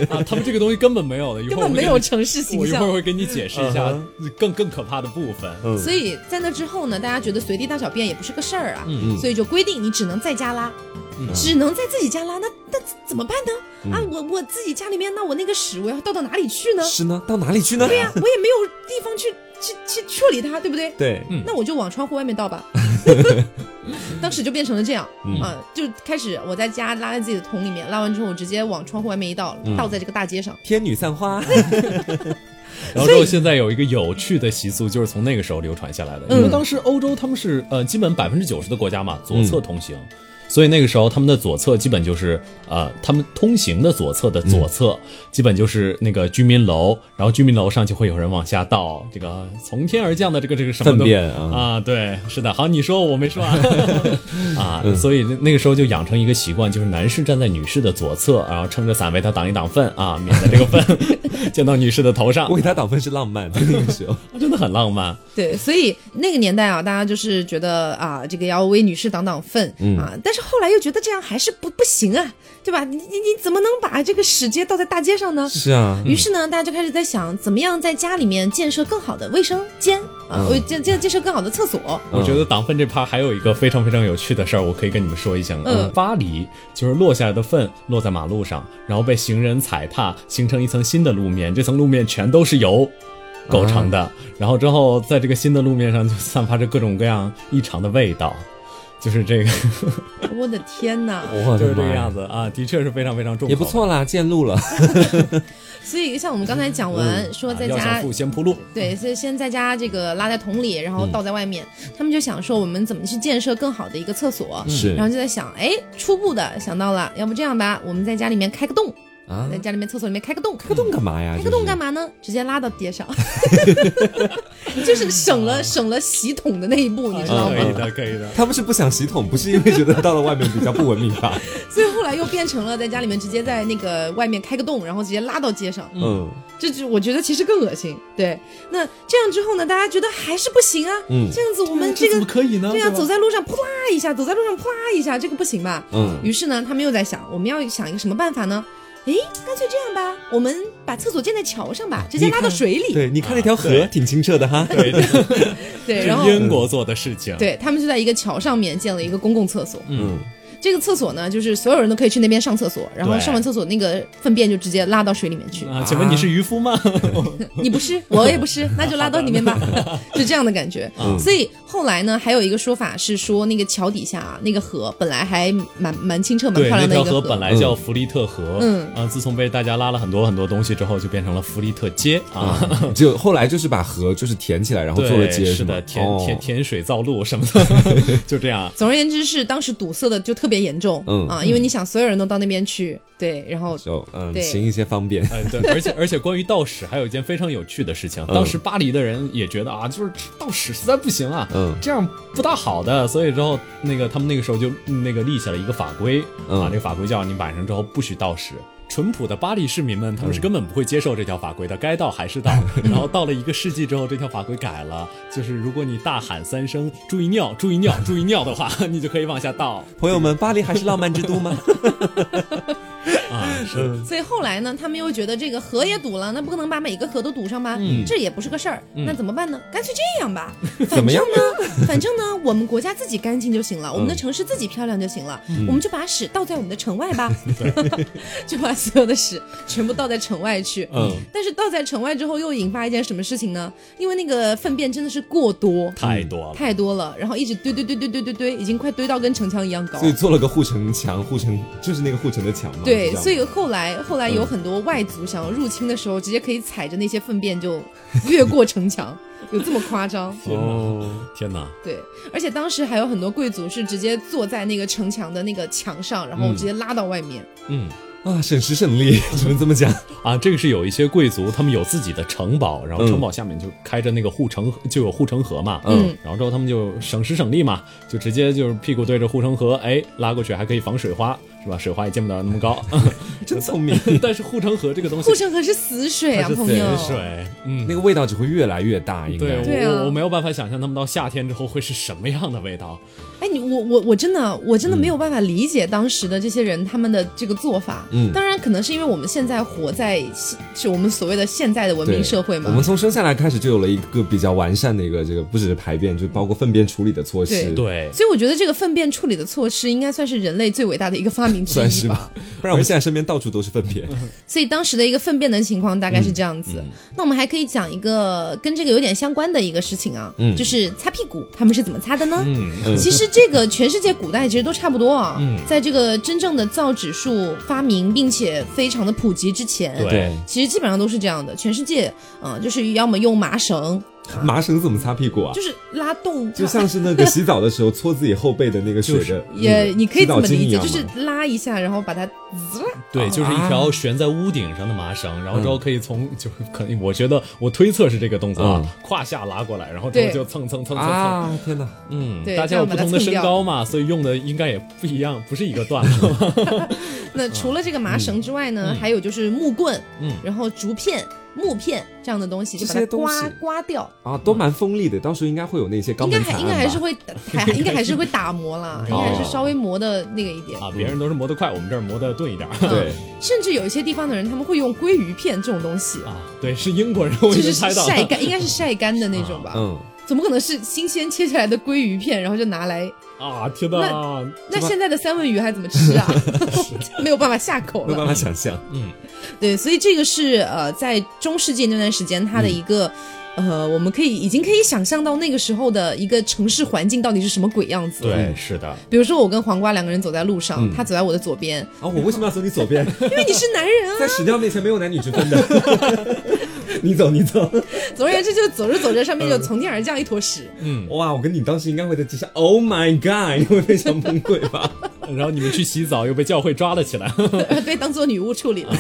Speaker 1: 啊，他们这个东西根本没有的，一会
Speaker 3: 根
Speaker 1: 儿我
Speaker 3: 本
Speaker 1: 们
Speaker 3: 没有城市
Speaker 1: 我
Speaker 3: 形
Speaker 1: 一会儿
Speaker 3: 象。
Speaker 1: 会跟你解释一下更更可怕的部分。
Speaker 2: 嗯
Speaker 3: 所以在那之后呢，大家觉得随地大小便也不是个事儿
Speaker 2: 嗯
Speaker 3: 啊，所以就规定你只能在家拉，只能在自己家拉，那那怎么办
Speaker 2: 嗯
Speaker 3: 呢？啊，我我自己家里面，那我那个屎我要倒到哪里去呢？
Speaker 2: 是呢，到哪里去呢？
Speaker 3: 对呀、我也没有地方去去去处理它，对不对？
Speaker 2: 对，
Speaker 1: 嗯
Speaker 3: 那我就往窗户外 面倒吧。 当时就变成了这样、
Speaker 2: 嗯
Speaker 3: 啊，就开始我在家拉在自己的桶里面，拉完之后我直接往窗户外面一倒，
Speaker 2: 嗯
Speaker 3: 倒在这个大街上。
Speaker 2: 天女散花，
Speaker 1: 然后之后现在有一个有趣的习俗，就是从那个时候流传下来的。因为当时欧洲他们是呃，基本百分之九十的国家嘛，
Speaker 2: 嗯
Speaker 1: 左侧通行，所以那个时候他们的左侧基本就是呃，他们通行的左侧的
Speaker 2: 嗯
Speaker 1: 左侧、基本就是那个居民楼，然后居民楼上就会有人往下倒这个从天而降的这个这个什么
Speaker 2: 粪
Speaker 1: 东
Speaker 2: 便啊
Speaker 1: 啊，对，是的，好，你说我没说 啊，啊，
Speaker 2: 嗯
Speaker 1: 所以那个时候就养成一个习惯，就是男士站在女士的左侧，然后撑着伞为她挡一挡粪啊，免得这个粪 溅到女士的头上
Speaker 2: 我。给他打分是浪漫，在那个时候。
Speaker 1: 真的很浪漫。
Speaker 3: 对，所以那个年代啊，大家就是觉得啊，这个要为女士挡挡粪、
Speaker 1: 嗯
Speaker 3: 啊，但是后来又觉得这样还是不不行啊，对吧？你你你怎么能把这个屎直接倒在大街上呢？
Speaker 2: 是啊，
Speaker 3: 于是呢，大家就开始在想，怎么样在家里面建设更好的卫生间啊，
Speaker 1: 嗯
Speaker 3: 为建建建设更好的厕所。
Speaker 1: 我觉得党粪这趴还有一个非常非常有趣的事儿，我可以跟你们说一下。
Speaker 3: 嗯
Speaker 1: 巴黎就是落下来的粪落在马路上，然后被行人踩踏，形成一层新的路面，这层路面全都是油。构成的，然后之后在这个新的路面上就散发着各种各样异常的味道，就是 这个，
Speaker 3: 我的天哪！
Speaker 2: 我
Speaker 1: 就是这
Speaker 2: 的妈
Speaker 1: 个
Speaker 2: 呀
Speaker 1: 样子啊，的确是非常非常重口。
Speaker 2: 也不错啦，见路了。
Speaker 3: 所以像我们刚才讲完说
Speaker 1: 啊
Speaker 3: 在
Speaker 1: 要
Speaker 3: 家
Speaker 1: 想富先铺路，
Speaker 3: 对，
Speaker 2: 嗯
Speaker 3: 所以先在家这个拉在桶里，然后倒在外面。他们就想说，我们怎么去建设更好的一个厕所？
Speaker 2: 嗯是
Speaker 3: 然后就在想，哎，初步的想到了，要不这样吧，我们在家里面开个洞，
Speaker 2: 啊
Speaker 3: 在，家里面厕所里面开个洞，开
Speaker 2: 开个洞干嘛呀？
Speaker 3: 开个洞干
Speaker 2: 嘛？
Speaker 3: 嘛呢？直接拉到 地上， 就是省
Speaker 2: 哦
Speaker 3: 了省了洗桶的那一步，你知道
Speaker 1: 啊可
Speaker 3: 吗？
Speaker 2: 嗯
Speaker 1: 以的，可以的。
Speaker 2: 他们是不想洗桶，不是因为觉得到了外面比较不文明吧？
Speaker 3: 所以后来又变成了在家里面直接在那个外面开个洞，然后直接拉到街上。
Speaker 2: 嗯，
Speaker 3: 这就我觉得其实更恶心。对，那这样之后呢，大家觉得还是不行啊。
Speaker 2: 嗯
Speaker 3: 这样子我们这
Speaker 1: 哎怎么
Speaker 3: 个
Speaker 1: 可以呢？
Speaker 3: 对呀、啊
Speaker 1: 呀，
Speaker 3: 走在路上扑啦一下，走在路上扑啦一下，这个不行吧？
Speaker 2: 嗯
Speaker 3: 于是呢，他们又在想，我们要想一个什么办法呢？诶，干脆这样吧，我们把厕所建在桥上吧，直接拉到水里。
Speaker 2: 对，你看那条
Speaker 1: 啊
Speaker 2: 河
Speaker 1: 嗯对
Speaker 2: 挺清澈的 哈。
Speaker 1: 对，这
Speaker 3: 对然后
Speaker 1: 是英国做的事情。
Speaker 3: 对他们就在一个桥上面建了一个公共厕所。
Speaker 2: 嗯，
Speaker 3: 这个厕所呢，就是所有人都可以去那边上厕所，然后
Speaker 1: 对
Speaker 3: 上完厕所那个粪便就直接拉到水里面去。
Speaker 1: 啊，请问你是渔 夫吗？
Speaker 3: 你不是，我也 不是，那就拉到里面吧，是这样的感觉。
Speaker 1: 嗯
Speaker 3: 所以后来呢，还有一个说法是说，那个桥底下啊，那个河本来还蛮蛮清澈、蛮
Speaker 1: 对，
Speaker 3: 漂
Speaker 1: 那
Speaker 3: 亮的
Speaker 1: 条
Speaker 3: 一个
Speaker 1: 河本来叫弗利特河，
Speaker 3: 嗯
Speaker 1: 啊，自从被大家拉了很多很多东西之后，就变成了弗利特街啊。
Speaker 2: 就后来就是把河就是填起来，然后做了
Speaker 1: 对，
Speaker 2: 街，
Speaker 1: 是
Speaker 2: 吗
Speaker 1: 的，填
Speaker 2: 哦
Speaker 1: 填填水造路什么的， 就这样。
Speaker 3: 总而言之是当时堵塞的就特别严重，
Speaker 2: 嗯
Speaker 3: 啊，因为你想所有人都到那边去，对，然后
Speaker 2: 就嗯，
Speaker 3: 对
Speaker 2: 行一些方 便。
Speaker 1: 哎，对，而且而且关于倒屎还有一件非常有趣的事情，当时巴黎的人也觉得啊，就是倒屎实在不行啊，
Speaker 2: 嗯
Speaker 1: 这样不大好的，所以之后那个他们那个时候就那个立下了一个法规、
Speaker 2: 嗯
Speaker 1: 啊，这个法规叫你晚上之后不许倒屎。淳朴的巴黎市民们，他们
Speaker 2: 嗯
Speaker 1: 是根本不会接受这条法规的，该倒还 是倒。然后到了一个世纪之后，这条法规改了，就是如果你大喊三声“注意尿，注意尿，注意尿”的话， 你就可以往下倒
Speaker 2: 朋友们，巴黎还是浪漫之都吗？
Speaker 1: 啊。是，
Speaker 2: 嗯
Speaker 3: 所以后来呢，他们又觉得这个河也堵了，那不可能把每个河都堵上吧？这也不是个事儿，那怎么办呢？干脆这样吧，反
Speaker 2: 嗯 怎么
Speaker 3: 正
Speaker 2: 样嗯
Speaker 3: 呢， 反正呢，我们国家自己干净就行了，我们的城市自己漂亮就行了，我们就把屎倒在我们的城外 吧， 就把所有的屎全部倒在城外去。
Speaker 2: 嗯
Speaker 3: 但是倒在城外之后，又引发一件什么事情呢？因为那个粪便真的是过多。
Speaker 1: 太多了。
Speaker 3: 太多了，然后一直堆堆堆堆堆堆堆，已经快堆到跟城墙一样 高。
Speaker 2: 所以做了个护城墙，护城就是那个护城的墙嘛。
Speaker 3: 对
Speaker 2: 你，知道吗
Speaker 3: 所以后来后来有很多外族想要入侵的时候，直接可以踩着那些粪便就越过城墙，有这么夸张？
Speaker 2: 哦，
Speaker 1: 天哪！
Speaker 3: 对，而且当时还有很多贵族是直接坐在那个城墙的那个墙上，然后直接拉到外面。
Speaker 1: 嗯
Speaker 2: 啊，省时省力，只能这么讲。
Speaker 1: 啊，这个是有一些贵族，他们有自己的城堡，然后城堡下面就开着那个护城，就有护城河嘛。
Speaker 3: 嗯，
Speaker 1: 然后之后他们就省时省力嘛，就直接就是屁股对着护城河，哎，拉过去还可以防水花，是吧？水花也见不了那么高。
Speaker 2: 真聪明。
Speaker 1: 但是护城河这个东西
Speaker 3: 护，城河是死水啊，
Speaker 1: 它是
Speaker 3: 朋友。
Speaker 1: 死水，嗯。
Speaker 2: 那个味道只会越来越大，应
Speaker 1: 对
Speaker 2: 该。
Speaker 3: 对啊
Speaker 1: 我，我没有办法想象他们到夏天之后会是什么样的味道。
Speaker 3: 哎，你我我我真的我真的没有办法理解当时的这些人他们的这个做法。
Speaker 2: 嗯
Speaker 3: 当然可能是因为我们现在活在是我们所谓的现在的文明
Speaker 2: 对
Speaker 3: 社会嘛。
Speaker 2: 我们从生下来开始就有了一个比较完善的一个这个，不只是排便，就包括粪便处理的措施。
Speaker 3: 对
Speaker 1: 对，
Speaker 3: 所以我觉得这个粪便处理的措施应该算是人类最伟大的一个发明之
Speaker 2: 算
Speaker 3: 一
Speaker 2: 是
Speaker 3: 吧
Speaker 2: 吧。，不然我们现在身边到处都是粪便。
Speaker 3: 所以当时的一个粪便的情况大概是这样
Speaker 2: 嗯
Speaker 3: 子。那我们还可以讲一个跟这个有点相关的一个事情啊，
Speaker 2: 嗯
Speaker 3: 就是擦屁股，他们是怎么擦的呢？其实这个全世界古代其实都差不多啊。
Speaker 2: 嗯
Speaker 3: 在这个真正的造纸术发明并且非常的普及之前，
Speaker 1: 对
Speaker 3: 其实基本上都是这样的。全世界，嗯、就是要么用麻绳，
Speaker 2: 麻绳怎么擦屁股啊
Speaker 3: 就？是拉动，
Speaker 2: 就像是那个洗澡的时候搓自己后背的那个水的，
Speaker 3: 也你可以
Speaker 2: 洗
Speaker 3: 这
Speaker 2: 澡
Speaker 3: 么
Speaker 2: 巾
Speaker 3: 理
Speaker 2: 一
Speaker 3: 解，
Speaker 2: 样
Speaker 3: 就
Speaker 2: 吗
Speaker 3: 是拉一下，然后把它滋啦
Speaker 1: 对，就是一条悬在屋顶上的麻绳，然后之后可以从就是可能我觉得我推测是这个动作啊，胯下拉过来，然后之后
Speaker 3: 对
Speaker 1: 就蹭蹭蹭蹭蹭，
Speaker 2: 啊！天哪，
Speaker 1: 嗯
Speaker 3: 对，
Speaker 1: 大家有不同的身高嘛，所以用的应该也不一样，不是一个段 落。
Speaker 3: 那除了这个麻绳之外呢，还有就是木棍，嗯，然后竹片、木片这样的东西，就
Speaker 2: 这
Speaker 3: 把
Speaker 2: 些
Speaker 3: 它
Speaker 2: 东
Speaker 3: 刮
Speaker 2: 西
Speaker 3: 刮掉。
Speaker 2: 啊，都蛮锋利的，到时候应该会有那些肛
Speaker 3: 应该
Speaker 2: 门
Speaker 3: 还
Speaker 2: 惨
Speaker 3: 应该还是
Speaker 2: 案吧。
Speaker 3: 会还应该还是会打磨啦，应该还是稍微磨的那个一点。
Speaker 1: 啊，别人都是磨得快，我们这儿磨得钝一点儿
Speaker 2: 对，
Speaker 3: 甚至有一些地方的人，他们会用鲑鱼片这种东西，
Speaker 1: 啊。对，是英国人，我
Speaker 3: 就
Speaker 1: 已
Speaker 3: 是
Speaker 1: 经猜到
Speaker 3: 晒
Speaker 1: 了。
Speaker 3: 干，应该是晒干的那种吧？
Speaker 2: 嗯，
Speaker 3: 怎么可能是新鲜切下来的鲑鱼片，然后就拿来？
Speaker 1: 啊，天哪！
Speaker 3: 那现在的三文鱼还怎么吃啊？ 没有办法下口
Speaker 2: 没有
Speaker 3: 了
Speaker 2: 办。法想象。
Speaker 3: 对，所以这个是呃，在中世纪那段时间，它的一个、呃，我们可以已经可以想象到那个时候的一个城市环境到底是什么鬼样子。
Speaker 1: 对，是的，
Speaker 3: 比如说我跟黄瓜两个人走在路上，他走在我的左边，
Speaker 2: 啊，我为什么要走你左边？
Speaker 3: 因为你是男人 啊。
Speaker 2: 在屎尿面前没有男女之分的。 你走，你走。
Speaker 3: 总而言之，就走着走着，上面就从天而降一坨屎。
Speaker 2: 哇，我跟你当时应该会在街上，Oh my God，你会非常崩溃吧？
Speaker 1: 然后你们去洗澡又被教会抓了起来，
Speaker 3: 被当做女巫处理了。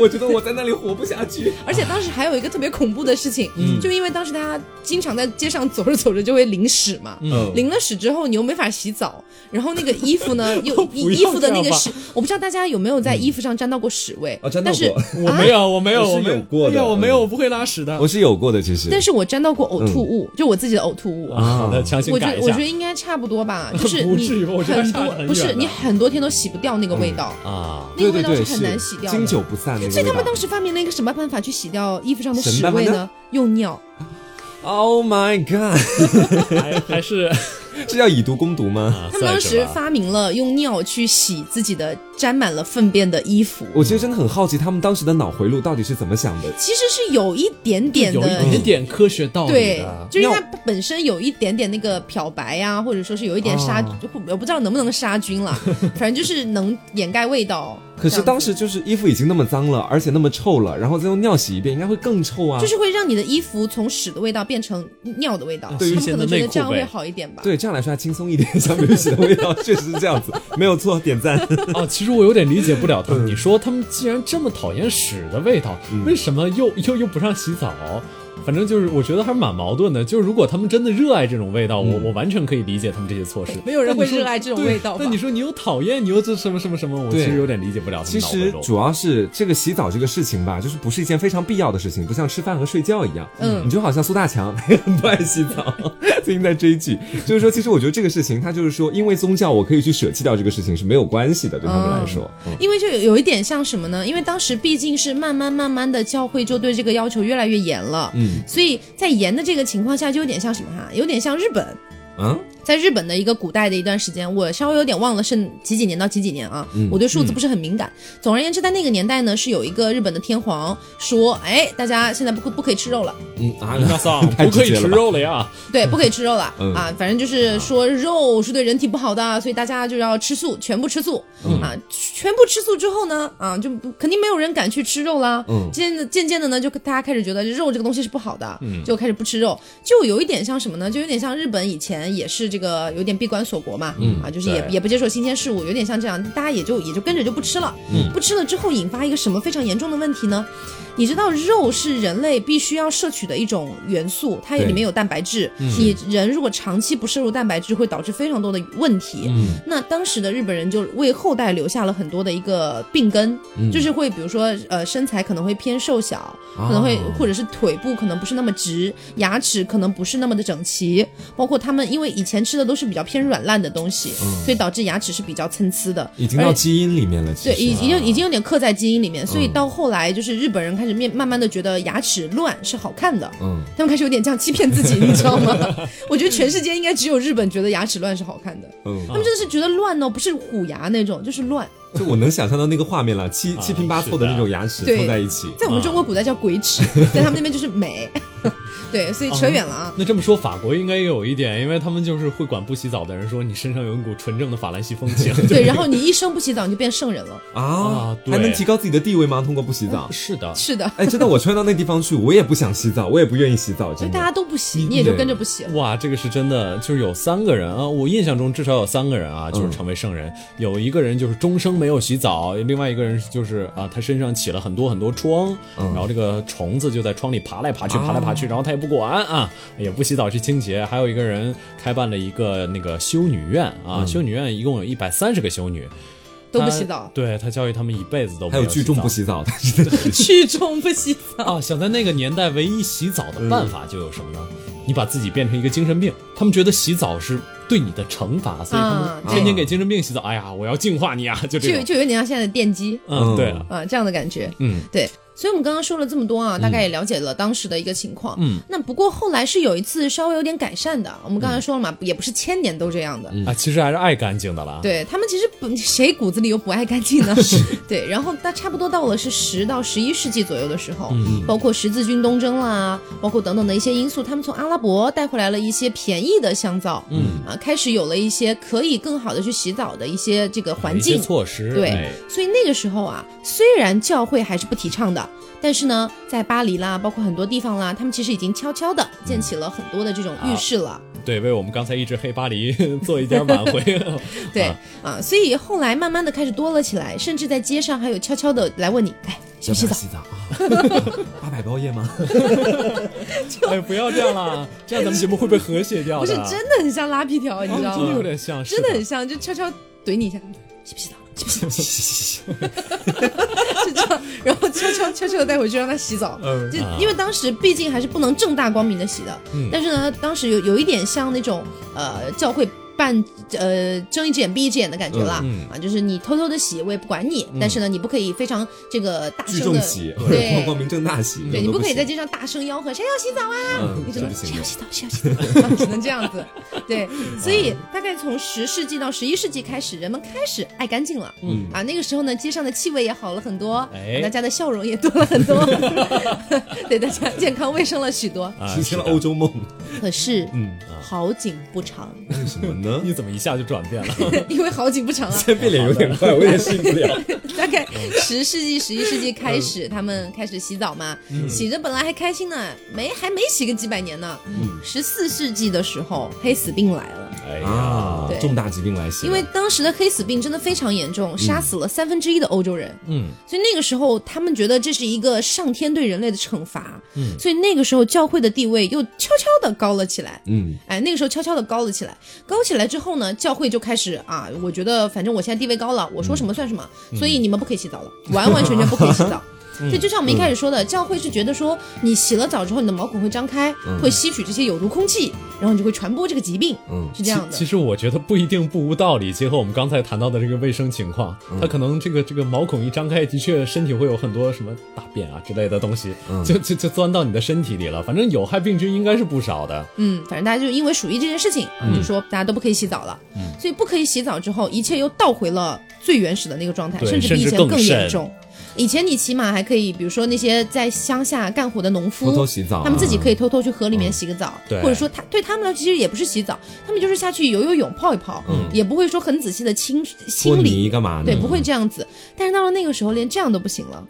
Speaker 2: 我觉得我在那里活不下去。
Speaker 3: 而且当时还有一个特别恐怖的事情，就因为当时他经常在街上走着走着就会淋屎嘛，
Speaker 2: 嗯
Speaker 3: 淋了屎之后你又没法洗澡，然后那个衣 服呢，又衣
Speaker 1: 不要
Speaker 3: 衣服的那
Speaker 1: 这
Speaker 3: 个
Speaker 1: 样吧嗯啊
Speaker 3: 屎，我不知道大家有没有在衣服上沾到过屎味，
Speaker 2: 哦沾到
Speaker 3: 但是
Speaker 2: 过
Speaker 1: 我没有，我没有，
Speaker 2: 我是
Speaker 1: 我没
Speaker 2: 有过的
Speaker 1: 哎呀我没
Speaker 2: 嗯
Speaker 1: 有，我不会拉屎的。
Speaker 2: 我是有过的，其实。
Speaker 3: 但是我沾到过呕吐物，就我自己的呕吐物。
Speaker 1: 嗯啊，好的，强行
Speaker 3: 我觉
Speaker 1: 改
Speaker 3: 得
Speaker 1: 一
Speaker 3: 我
Speaker 1: 下
Speaker 3: 觉得应该差不多吧， 就是
Speaker 1: 不
Speaker 3: 你
Speaker 1: 至于吧我觉得
Speaker 3: 很
Speaker 1: 差很
Speaker 3: 多不是
Speaker 1: 远
Speaker 3: 你
Speaker 1: 了嗯
Speaker 3: 很多天都洗不掉那个味道，
Speaker 1: 啊，
Speaker 3: 那
Speaker 2: 对
Speaker 3: 个
Speaker 2: 对
Speaker 3: 味道
Speaker 2: 对，
Speaker 3: 很难洗掉的。
Speaker 2: 经久不散那个味道。
Speaker 3: 所以他们当时发明了一个什么办法去洗掉衣服上的
Speaker 2: 什么
Speaker 3: 屎
Speaker 2: 办法
Speaker 3: 味
Speaker 2: 呢
Speaker 3: 呢？用
Speaker 1: 啊
Speaker 3: 尿。
Speaker 2: Oh my God，
Speaker 1: 还还 是
Speaker 2: 这叫以毒攻毒吗？
Speaker 1: 啊
Speaker 3: 他们当
Speaker 1: 算是
Speaker 3: 时
Speaker 1: 吧
Speaker 3: 发明了用尿去洗自己的沾满了粪便的衣服，
Speaker 2: 我其实真的很好奇，他们当时的脑回路到底是怎么想的？
Speaker 3: 其实是有一点点
Speaker 1: 有
Speaker 3: 的
Speaker 1: 一。点点科学道理
Speaker 3: 对
Speaker 1: 的，。
Speaker 3: 就是它本身有一点点那个漂白呀、或者说是有一点杀，
Speaker 1: 哦
Speaker 3: 我不知道能不能杀 菌了，反正就是能掩盖味道。
Speaker 2: 可是
Speaker 3: 这样子
Speaker 2: 当时就是衣服已经那么脏了，而且那么臭了，然后再用尿洗一遍，应该会更臭啊。
Speaker 3: 就是会让你的衣服从屎的味道变成尿的味道，
Speaker 1: 呃对于
Speaker 3: 他们可能
Speaker 1: 现在
Speaker 3: 觉
Speaker 1: 内
Speaker 3: 得
Speaker 1: 裤
Speaker 3: 这样会
Speaker 1: 呗
Speaker 3: 好一点吧。
Speaker 2: 对，这样来说还轻松一点。相比于洗的味道，确实是这样子，没有错，点赞。
Speaker 1: 哦，其实我有点理解不了
Speaker 2: 嗯
Speaker 1: 他们。你说他们既然这么讨厌屎的味道，为什么又又又不让洗澡？反正就是，我觉得还是蛮矛盾的。就是如果他们真的热爱这种味道，我
Speaker 2: 嗯
Speaker 1: 我完全可以理解他们这些措施。
Speaker 3: 没有人会
Speaker 1: 但你说
Speaker 3: 热爱这种
Speaker 1: 对
Speaker 3: 味道吧
Speaker 1: 但你说你又讨厌，你又这什么什么什么，我其
Speaker 2: 对
Speaker 1: 实有点理解不了他
Speaker 2: 其
Speaker 1: 们脑回
Speaker 2: 实
Speaker 1: 路。
Speaker 2: 主要是这个洗澡这个事情吧，就是不是一件非常必要的事情，不像吃饭和睡觉一样。
Speaker 3: 嗯
Speaker 2: 你就好像苏大强，他也很不爱洗澡， 最近在追剧。就是说，其实我觉得这个事情，他就是说，因为宗教，我可以去舍弃掉这个事情是没有关系的，对他们来说。嗯
Speaker 3: 因为就有有一点像什么呢？因为当时毕竟是慢慢慢慢的教会就对这个要求越来越严了，
Speaker 2: 嗯
Speaker 3: 所以在严的这个情况下，就有点像什么哈，有点像日本。
Speaker 2: 嗯
Speaker 3: 在日本的一个古代的一段时间，我稍微有点忘了是几几年到几几年啊，我对数字不是很敏感。总而言之，在那个年代呢，是有一个日本的天皇说，哎，大家现在不不可以吃肉了，
Speaker 2: 嗯啊，
Speaker 1: 那桑
Speaker 2: 太
Speaker 1: 不可以
Speaker 2: 直接
Speaker 1: 吃
Speaker 2: 了吧
Speaker 1: 肉了呀！
Speaker 3: 对，不可以吃肉了、
Speaker 2: 嗯
Speaker 3: 啊，反正就是说肉是对人体不好的，所以大家就要吃素，全部吃素、
Speaker 2: 嗯
Speaker 3: 啊，全部吃素之后呢，啊，就不肯定没有人敢去吃肉啦。
Speaker 2: 嗯
Speaker 3: 渐渐渐的呢，就大家开始觉得肉这个东西是不好的，
Speaker 2: 嗯
Speaker 3: 就开始不吃肉，就有一点像什么呢？就有点像日本以前也是这个有点闭关锁国嘛，
Speaker 2: 嗯
Speaker 3: 啊，就是也
Speaker 1: 对
Speaker 3: 也不接受新鲜事物，有点像这样，大家也就也就跟着就不吃了。
Speaker 2: 嗯
Speaker 3: 不吃了之后，引发一个什么非常严重的问题呢？你知道肉是人类必须要摄取的一种元素，它
Speaker 2: 对
Speaker 3: 里面有蛋白质。你人如果长期不摄入蛋白质，会导致非常多的问题。那当时的日本人就为后代留下了很多的一个病根，就是会比如说呃身材可能会偏瘦小，可能会、或者是腿部可能不是那么直，牙齿可能不是那么的整齐，包括他们因为以前吃的都是比较偏软烂的东西，所以导致牙齿是比较参差的。
Speaker 2: 已经到基因里面了，其
Speaker 3: 哎对，
Speaker 2: 实啊嗯
Speaker 3: 已已经已经有点刻在基因里面，所以到后来就是日本人开始面慢慢的觉得牙齿乱是好看的，
Speaker 2: 嗯，
Speaker 3: 他们开始有点这样欺骗自己，你知道 吗？我觉得全世界应该只有日本觉得牙齿乱是好看的，
Speaker 2: 嗯
Speaker 3: 他，们真的是觉得乱哦，不是虎牙那种，就是乱，
Speaker 2: 就我能想象到那个画面了，七七拼八凑啊的那种牙齿
Speaker 3: 对
Speaker 2: 凑在一起，
Speaker 3: 在我们中国古代叫鬼 齿，在他们那边就是美， 对，所以
Speaker 2: 嗯
Speaker 3: 扯远了啊。
Speaker 1: 那这么说，法国应该也有一点，因为他们就是会管不洗澡的人说你身上有一股纯正的法兰西风情。
Speaker 3: 对，然后你一生不洗澡，你就变圣人了。
Speaker 2: 啊
Speaker 1: 啊，对
Speaker 2: 还能提高自己的地位吗？通过不洗澡？
Speaker 1: 是的，
Speaker 3: 是的，
Speaker 2: 哎，真的，我穿到那地方去，我也不想洗澡，我也不愿意洗澡，
Speaker 3: 所以
Speaker 2: 真
Speaker 3: 大
Speaker 2: 的。
Speaker 3: 家都不洗，你也就
Speaker 2: 对
Speaker 3: 跟着不洗了。
Speaker 1: 哇，这个是真的，就是有三个人啊，我印象中至少有三个人啊，就是成为圣人，有一个人就是终生没有洗澡，另外一个人就是啊，他身上起了很多很多疮，然后这个虫子就在窗里爬来爬去，爬来爬去，然后他也不管啊，也不洗澡去清洁。还有一个人开办了一个那个修女院啊，修女院一共有一百三十个修女。
Speaker 3: 都不
Speaker 1: 他
Speaker 3: 洗
Speaker 2: 啊
Speaker 3: 澡
Speaker 1: 对他教育他们一辈子都没
Speaker 2: 还有
Speaker 1: 有
Speaker 2: 聚
Speaker 1: 洗
Speaker 2: 众
Speaker 1: 澡
Speaker 2: 不洗澡，但是
Speaker 3: 去中不洗澡，
Speaker 1: 啊，想在那个年代唯一洗澡的办法就有什么呢？你把自己变成一个精神病，他们觉得洗澡是对你的惩罚，所以他
Speaker 3: 啊
Speaker 1: 们天天给精神病洗澡。哎呀，我要净化你啊，就这
Speaker 3: 就
Speaker 1: 种。
Speaker 3: 就有点像现在的电击
Speaker 1: 嗯，对了，
Speaker 3: 啊这样的感觉。
Speaker 1: 嗯，
Speaker 3: 对，所以我们刚刚说了这么多啊，大概也了解了当时的一个情况。嗯，那不过后来是有一次稍微有点改善的。我们刚才说了
Speaker 1: 嗯
Speaker 3: 嘛，也不是千年都这样的。
Speaker 2: 嗯
Speaker 1: 啊，其实还是爱干净的啦。
Speaker 3: 对他们其实不，谁骨子里有不爱干净 呢？对，然后它差不多到了是十到十一世纪左右的时候，
Speaker 1: 嗯
Speaker 3: 包括十字军东征啦，包括等等的一些因素，他们从阿拉伯带回来了一些便宜的香皂，嗯啊，开始有了一些可以更好的去洗澡的一些这个环
Speaker 1: 一些
Speaker 3: 境
Speaker 1: 措施，
Speaker 3: 对，
Speaker 1: 哎
Speaker 3: 所以那个时候啊，虽然教会还是不提倡的，但是呢，在巴黎啦，包括很多地方啦，他们其实已经悄悄的建起了很多的这种浴室了。
Speaker 1: 对，为我们刚才一直黑巴黎 做一点 挽回。
Speaker 3: 对
Speaker 1: 啊
Speaker 3: 啊所以后来慢慢的开始多了起来，甚至在街上还有悄悄的来问你，哎，洗不洗澡？
Speaker 2: 洗澡 啊，八百包夜吗？
Speaker 1: 哎，不要这样啦，这样咱们节目会被和谐掉
Speaker 3: 不
Speaker 1: 的。
Speaker 3: 是真的很像拉皮条，你
Speaker 1: 啊，
Speaker 3: 知道
Speaker 1: 真的有
Speaker 3: 吗？
Speaker 1: 点像，
Speaker 3: 真的
Speaker 1: 是
Speaker 3: 很像，就悄悄怼你一下，洗不洗澡？洗不洗澡？ 就这样，然后悄悄悄悄的带回去让他洗澡。
Speaker 2: 嗯
Speaker 3: 就因为当时毕竟还是不能正大光明的洗的，但是呢，当时有有一点像那种呃教会办呃睁一只眼闭一只眼的感觉啦，
Speaker 2: 嗯
Speaker 3: 啊，就是你偷偷的洗，我也不管你，但是呢，你不可以非常这个 大
Speaker 2: 聚
Speaker 3: 声
Speaker 2: 众
Speaker 3: 的
Speaker 2: 洗，或者光
Speaker 3: 对
Speaker 2: 光。明正大洗，
Speaker 3: 对你
Speaker 2: 都
Speaker 3: 不
Speaker 2: 不
Speaker 3: 可以在
Speaker 2: 行
Speaker 3: 街上大声吆喝，谁要洗澡啊？
Speaker 2: 嗯
Speaker 3: 你只
Speaker 2: 这
Speaker 3: 能
Speaker 2: 不
Speaker 3: 谁
Speaker 2: 行
Speaker 3: 要
Speaker 2: 的
Speaker 3: 洗澡，嗯谁要洗澡， 啊只能这样子。对，所以大概从十世纪到十一世纪开始，人们开始爱干净了。嗯啊，那个时候呢，街上的气味也好了很多，
Speaker 1: 哎
Speaker 3: 大家的笑容也多了很多， 对大家健康卫生了许多。
Speaker 1: 啊
Speaker 2: 实现了欧洲 梦，
Speaker 3: 可是，
Speaker 2: 嗯，
Speaker 3: 好景不长，
Speaker 2: 为什么呢？
Speaker 1: 你怎么一下就转变 了？
Speaker 3: 因为好景不长啊，
Speaker 2: 现在变脸有点快，我有点适应不了。
Speaker 3: 大概十世纪、十一世纪开始，他们开始洗澡嘛，洗着本来还开心呢，没还没洗个几百年呢。十四世纪的时候，黑死病来了。
Speaker 1: 哎呀，
Speaker 2: 啊
Speaker 3: 对，嗯
Speaker 2: 重大疾病来袭
Speaker 3: 因
Speaker 2: 了，
Speaker 3: 为当时的黑死病真的非常严重，杀死了三分之一的欧洲人。
Speaker 1: 嗯，
Speaker 3: 所以那个时候他们觉得这是一个上天对人类的惩罚。嗯，所以那个时候教会的地位又悄悄的高了起来。
Speaker 2: 嗯，
Speaker 3: 哎，那个时候悄悄的高了起来，高起来之后呢，教会就开始啊，我觉得反正我现在地位高了，我说什
Speaker 1: 嗯
Speaker 3: 么算什么，所以你们不可以洗澡了，完完全全不可以洗 澡。
Speaker 1: 嗯
Speaker 3: 这就像我们一开始说的，教会是觉得说你洗了澡之后，你的毛孔会张开，
Speaker 1: 嗯
Speaker 3: 会吸取这些有毒空气，然后你就会传播这个疾病，
Speaker 2: 嗯
Speaker 3: 是这样的
Speaker 1: 其。实我觉得不一定不无道理。结合我们刚才谈到的这个卫生情况，它可能这个这个毛孔一张开，的确身体会有很多什么大便啊之类的东西，就就就钻到你的身体里了。反正有害病菌应该是不少的。
Speaker 3: 嗯，反正大家就因为鼠疫这件事情，啊，
Speaker 1: 嗯
Speaker 3: 就说大家都不可以洗澡了。所以不可以洗澡之后，一切又倒回了最原始的那个状态，
Speaker 1: 对
Speaker 3: 甚至比以
Speaker 1: 甚至
Speaker 3: 前
Speaker 1: 更
Speaker 3: 更严
Speaker 1: 甚
Speaker 3: 重。以前你起码还可以，比如说那些在乡下干活的农夫，
Speaker 2: 偷偷洗澡啊嗯
Speaker 3: 他们自己可以偷偷去河里面洗个澡，
Speaker 1: 对
Speaker 3: 或者说他对他们来说其实也不是洗澡，他们就是下去游游泳、泡一泡，也不会说很仔细的清
Speaker 2: 搓
Speaker 3: 清
Speaker 2: 嗯泥啊嗯
Speaker 3: 理，
Speaker 2: 干嘛呢？
Speaker 3: 对，不会这样子。但是到了那个时候，连这样都不行了。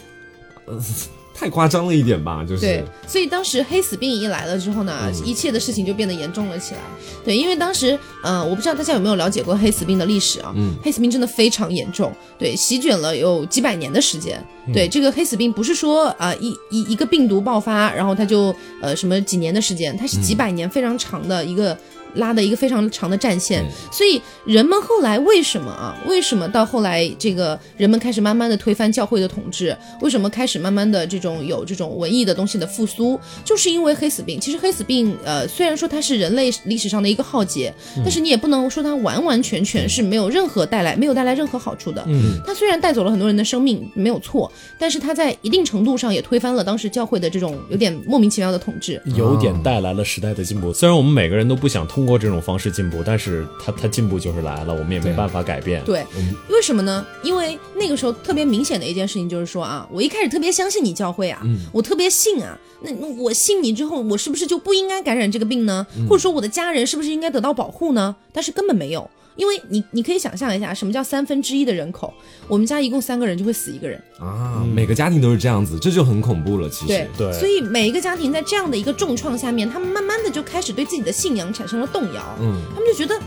Speaker 2: 太夸张了一点吧，就是嗯
Speaker 3: 对，所以当时黑死病一来了之后呢，一切的事情就变得严重了起来。对，因为当时，呃，我不知道大家有没有了解过黑死病的历史啊？
Speaker 2: 嗯
Speaker 3: 黑死病真的非常严重，对，席卷了有几百年的时间。
Speaker 2: 嗯
Speaker 3: 对，这个黑死病不是说啊、一一一个病毒爆发，然后它就呃什么几年的时间，它是
Speaker 2: 嗯
Speaker 3: 几百年非常长的一个。拉的一个非常长的战线，所以人们后来为什么啊？为什么到后来这个人们开始慢慢的推翻教会的统治？为什么开始慢慢的这种有这种文艺的东西的复苏？就是因为黑死病。其实黑死病，呃，虽然说它是人类历史上的一个浩劫，但是你也不能说它完完全全是没有任何带来没有带来任何好处的。嗯，它虽然带走了很多人的生命，没有错，但是它在一定程度上也推翻了当时教会的这种有点莫名其妙的统治。
Speaker 1: 有点带来了时代的进步。虽然我们每个人都不想通过这种方式进步，但是它它进步就是来了，我们也没办法改变。
Speaker 3: 对，为什么呢？因为那个时候特别明显的一件事情就是说啊，我一开始特别相信你教会啊，我特别信啊，那那我信你之后，我是不是就不应该感染这个病呢？或者说我的家人是不是应该得到保护呢？但是根本没有，因为你你可以想象一下，什么叫三分之一的人口？我们家一共三个人就会死一个人，
Speaker 2: 啊，每个家庭都是这样子，这就很恐怖了。其实
Speaker 3: 对，
Speaker 1: 对
Speaker 3: 所以每一个家庭在这样的一个重创下面，他们慢慢的就开始对自己的信仰产生了动摇。嗯，他们就觉得。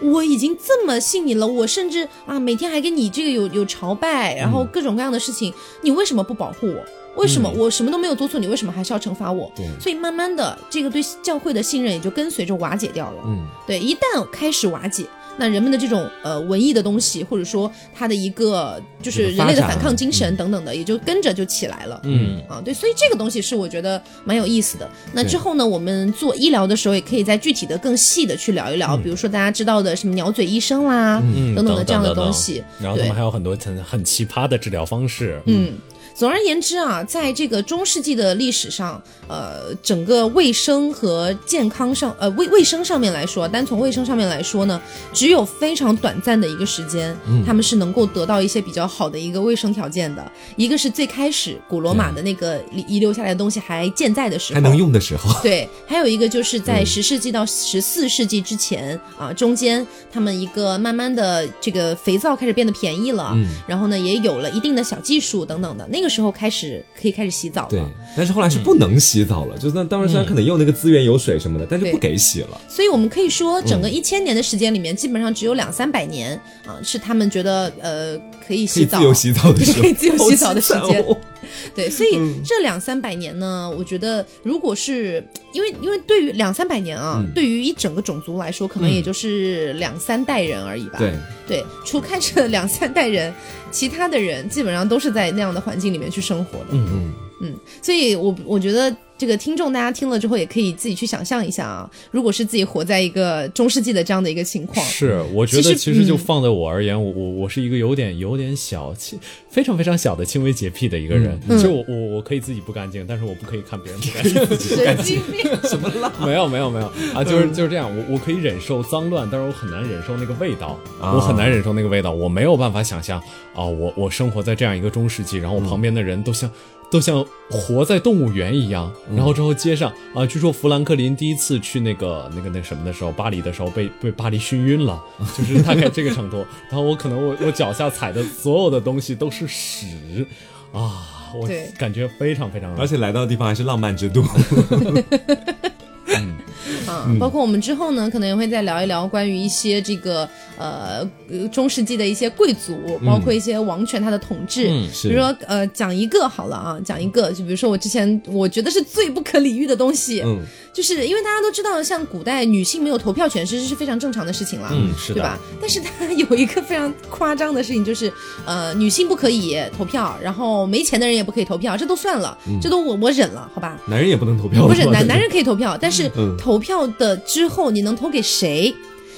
Speaker 3: 我已经这么信你了，我甚至啊每天还给你这个有有朝拜，然后各种各样的事情，你为什么不保护我？为什么我什么都没有做错，你为什么还是要惩罚我？所以慢慢的，这个对教会的信任也就跟随着瓦解掉了。
Speaker 2: 嗯，
Speaker 3: 对，一旦开始瓦解，那人们的这种呃文艺的东西，或者说他的一个就是人类的反抗精神等等的，也就跟着就起来了。
Speaker 1: 嗯，
Speaker 3: 啊，对，所以这个东西是我觉得蛮有意思的。那之后呢，我们做医疗的时候，也可以再具体的、更细的去聊一聊，比如说大家知道的什么鸟嘴医生啦，
Speaker 1: 嗯
Speaker 3: 等等的
Speaker 1: 等
Speaker 3: 这样的
Speaker 1: 等等
Speaker 3: 东西。
Speaker 1: 然后他
Speaker 3: 对
Speaker 1: 们还有很多很很奇葩的治疗方式。
Speaker 3: 嗯，总而言之啊，在这个中世纪的历史上，呃，整个卫生和健康上，呃，卫卫生上面来说，啊单从卫生上面来说呢，只有非常短暂的一个时间，他们是能够得到一些比较好的一个卫生条件的。一个是最开始古罗马的那个遗遗留下来的东西还健在的时候，
Speaker 2: 还能用的时候，
Speaker 3: 对，还有一个就是在
Speaker 2: 嗯
Speaker 3: 十世纪到十四世纪之前、啊，中间他们一个慢慢的这个肥皂开始变得便宜了，
Speaker 2: 嗯
Speaker 3: 然后呢也有了一定的小技术等等的，那个时候开始可以开始洗澡
Speaker 2: 对
Speaker 3: 了。，
Speaker 2: 但是后来是不能洗澡
Speaker 3: 嗯
Speaker 2: 了，就是那当然虽然可能用那个资源有水什么的，但是不给洗了。
Speaker 3: 所以我们可以说，整
Speaker 2: 嗯
Speaker 3: 个一千年的时间里面，基本上只有两三百年啊、是他们觉得呃
Speaker 2: 可
Speaker 3: 可以
Speaker 2: 以
Speaker 3: 洗澡
Speaker 2: 自由洗澡的时候，
Speaker 3: 可以自由洗澡的时
Speaker 2: 好
Speaker 3: 间
Speaker 2: 惨哦
Speaker 3: 对，所以
Speaker 2: 嗯
Speaker 3: 这两三百年呢，我觉得如果是因为因为对于两三百年啊，
Speaker 2: 嗯
Speaker 3: 对于一整个种族来说，可能也就是两三代人而已吧。
Speaker 2: 对，
Speaker 3: 对，除开这 两三代人，其他的人基本上都是在那样的环境里面去生活的。嗯嗯所以我我觉得这个听众大家听了之后，也可以自己去想象一下啊，如果是自己活在一个中世纪的这样的一个情况，
Speaker 1: 是，我觉
Speaker 3: 其
Speaker 1: 得
Speaker 3: 实
Speaker 1: 其
Speaker 3: 嗯
Speaker 1: 实就放在我而言，我我我是一个有点有点小轻，非常非常小的轻微洁癖的一个人。
Speaker 3: 嗯
Speaker 1: 就是我我我可以自己不干净，但是我嗯不可以看别人不干净。
Speaker 3: 神经病。
Speaker 1: 没有没有没有啊，就是就是这样，我我可以忍受脏乱，但是我很难忍受那个味道，我很难忍受那个味道，我没有办法想象啊，我我生活在这样一个中世纪，然后我旁边的人都像。都像活在动物园一样，然后之后街上啊，据说富兰克林第一次去那个那个那什么的时候，巴黎的时候被被巴黎熏晕了，就是大概这个程度。然后我可能我我脚下踩的所有的东西都是屎啊，我
Speaker 3: 对
Speaker 1: 感觉非常非常恶
Speaker 2: 而
Speaker 1: 心。
Speaker 2: 且来到的地方还是浪漫之
Speaker 3: 嗯
Speaker 2: 都，
Speaker 3: 啊，包括我们之后呢，可能也会再聊一聊关于一些这个呃呃中世纪的一些贵族，包括一些王权它的统治。
Speaker 1: 嗯
Speaker 2: 是
Speaker 3: 比如说呃，讲一个好了啊，讲一个，就比如说我之前我觉得是最不可理喻的东西，
Speaker 2: 嗯，
Speaker 3: 就是因为大家都知道，像古代女性没有投票权，其实是非常正常的事情了，
Speaker 1: 嗯是的
Speaker 3: 对吧？但是它有一个非常夸张的事情，就是呃，女性不可以投票，然后没钱的人也不可以投票，这都算了，
Speaker 1: 嗯
Speaker 3: 这都我我忍了，好吧？
Speaker 2: 男人也不能投票，
Speaker 3: 不是
Speaker 2: 吧
Speaker 3: 男男人可以投票，但是
Speaker 2: 嗯
Speaker 3: 投票的之后你能投给谁？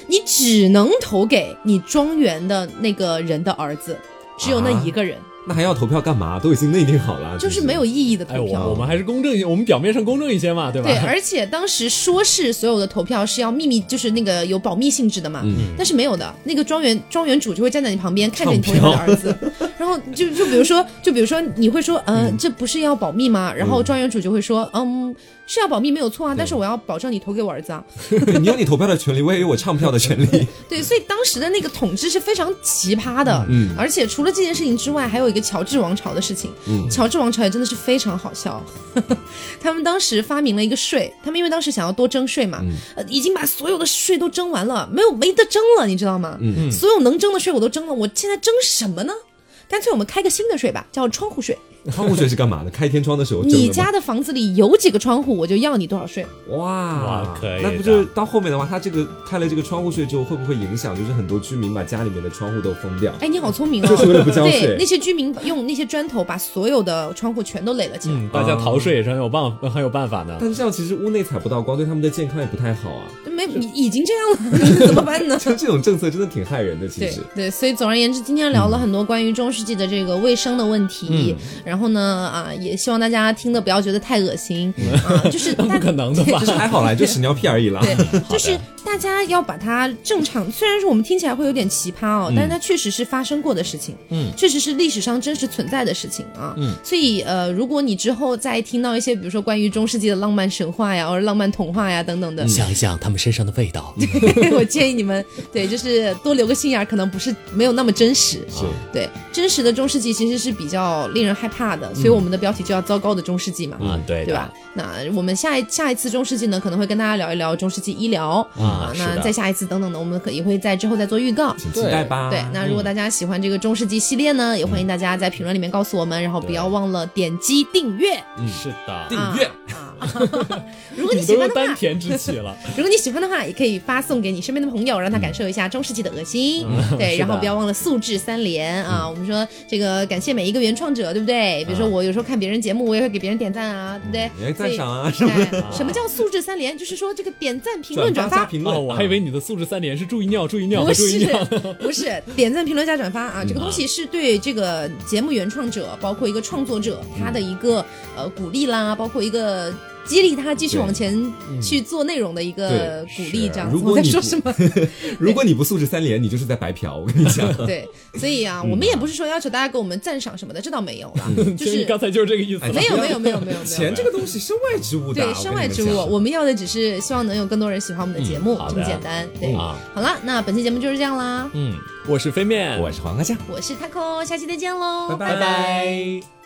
Speaker 3: 你只能投给你庄园的那个人的儿子，只有那
Speaker 1: 啊
Speaker 3: 一个人，
Speaker 2: 那还要投票干嘛？都已经内定好了，
Speaker 3: 就是没有意义的
Speaker 1: 哎，
Speaker 3: 投票。
Speaker 1: 我我们还是公正一些，我们表面上公正一些嘛，对吧？
Speaker 3: 对，而且当时说是所有的投票是要秘密，就是那个有保密性质的
Speaker 1: 嗯
Speaker 3: 嘛，
Speaker 2: 嗯
Speaker 3: 但是没有的。那个庄园庄园主就会站在你旁边看着你投给他的儿子， 然后就就比如说，就比如说你会说，
Speaker 1: 嗯
Speaker 3: 呃，这不是要保密吗？然后庄园主就会说，嗯，是要保密没有错啊，但是我要保证你投给我儿子啊。
Speaker 2: 有，你有你投票的权利，我也有我唱票的权 利。
Speaker 3: 对，所以当时的那个统治是非常奇葩的，嗯，而且除了这件事情之外，还有一个乔治王朝的事情，嗯，乔治王朝也真的是非常好笑， 他们当时发明了一个税，他们因为当时想要多征税
Speaker 2: 嗯
Speaker 3: 嘛，呃，已经把所有的税都征完了，没有没得征了，你知道吗？嗯，所有能征的税我都征了，我现在征什么呢？干脆我们开个新的税吧，叫窗户税。
Speaker 2: 窗户税是干嘛的？开天窗的时候挣的吗，
Speaker 3: 你家的房子里有几个窗户，我就要你多少税。
Speaker 2: 哇
Speaker 1: 哇可以的
Speaker 2: 那不就是到后面的话，他这个开了这个窗户税之后，会不会影响就是很多居民把家里面的窗户都封掉？
Speaker 3: 哎，你好聪明哦！
Speaker 2: 就是为了不交税
Speaker 3: 对，那些居民用那些砖头把所有的窗户全都垒了起来。
Speaker 1: 嗯，大家逃税也是很有办法很有办法的。
Speaker 2: 但是这样其实屋内采不到光，对他们的健康也不太好啊。
Speaker 3: 没，已已经这样了， 怎么办呢？
Speaker 2: 就这种政策真的挺害人的，其
Speaker 3: 对
Speaker 2: 实。
Speaker 3: 对，所以总而言之，今天聊了很多关于中世纪的这个卫生的问题，
Speaker 1: 嗯
Speaker 3: 然后呢，啊，也希望大家听的不要觉得太恶心、啊， 就是大
Speaker 1: 不可能的吧
Speaker 2: 就是还好啦，就屎尿屁而已啦。
Speaker 3: 对，就是大家要把它正常，虽然说我们听起来会有点奇葩
Speaker 1: 嗯
Speaker 3: 哦，但是它确实是发生过的事情，嗯，确实是历史上真实存在的事情啊，嗯，所以呃，如果你之后再听到一些比如说关于中世纪的浪漫神话呀，或者浪漫童话呀等等的，
Speaker 1: 想一想他们身上的味道，
Speaker 3: 我建议你们对，就是多留个心眼儿，可能不是没有那么真实。
Speaker 2: 是
Speaker 3: 对，真实的中世纪其实是比较令人害怕的，所以我们的标题就叫“糟糕的中世纪”嘛，
Speaker 1: 啊，嗯对
Speaker 3: 对
Speaker 1: 的
Speaker 3: 吧？？那我们下一下一次中世纪呢，可能会跟大家聊一聊中世纪医疗
Speaker 1: 啊是的
Speaker 3: 那再下一次等等的，我们可也会在之后再做预告。
Speaker 2: 请期待
Speaker 1: 啊
Speaker 2: 吧。
Speaker 3: 对，那
Speaker 1: 嗯
Speaker 3: 如果大家喜欢这个中世纪系列呢，也欢迎大家在评论里面告诉我们，然后不要忘了点击订阅。
Speaker 1: 是的，
Speaker 2: 订阅
Speaker 3: 啊， 如果你
Speaker 1: 你
Speaker 3: 喜
Speaker 1: 嗯都
Speaker 3: 欢
Speaker 1: 有
Speaker 3: 的话
Speaker 1: 丹，田之气 了，
Speaker 3: 如果你喜欢的话，也可以发送给你身边的朋友，让他感受一下中世纪的恶心。
Speaker 2: 嗯
Speaker 3: 对，然后不要忘了素质三连啊！我们说这个感谢每一个原创者，对不对？比如
Speaker 2: 啊
Speaker 3: 说我有时候看别人节目，我也会给别人点赞啊，对不对？
Speaker 2: 也赞赏啊
Speaker 3: 所以哎什么叫素质三连？就是说这个点赞、评论、
Speaker 2: 转
Speaker 3: 转
Speaker 2: 发加
Speaker 3: 发，
Speaker 2: 评评论。啊
Speaker 1: 哦，我还以为你的素质三连是注意尿，注意尿，
Speaker 3: 不
Speaker 1: 注意
Speaker 3: 是
Speaker 1: 尿。
Speaker 3: 不是点赞、评论、加转发
Speaker 2: 嗯
Speaker 3: 啊，这个东西是对这个节目原创者，包括一个创作者他的一个
Speaker 2: 嗯
Speaker 3: 呃鼓励啦，包括一个。激励他继续往前去做内容的一个鼓
Speaker 2: 嗯对
Speaker 3: 励，
Speaker 2: 是啊
Speaker 3: 这样
Speaker 2: 如
Speaker 3: 子。
Speaker 2: 果
Speaker 3: 我在
Speaker 2: 你
Speaker 3: 说
Speaker 2: 不
Speaker 3: 什么？
Speaker 2: 如果你不素质三连，你就是在白嫖。 我跟你讲，
Speaker 3: 对，所以啊，我们也不是说要求大家给我们赞赏什么的，这倒没有啦，就
Speaker 1: 其实你
Speaker 3: 是哎
Speaker 1: 刚才就是这个意思了。
Speaker 3: 没有没有没有没有没有
Speaker 2: 钱。这个东西身外之物的，
Speaker 3: 对，身外之物，我们要的只是希望能有更多人喜欢我们的节目，
Speaker 1: 好
Speaker 3: 这
Speaker 1: 的
Speaker 3: 么简单。对，
Speaker 1: 啊
Speaker 2: 嗯
Speaker 3: 好了，那本期节目就是这样啦，
Speaker 1: 嗯，我是飞面，
Speaker 2: 我是黄瓜酱。
Speaker 3: 我是 taco，下期再见喽，
Speaker 2: 拜拜。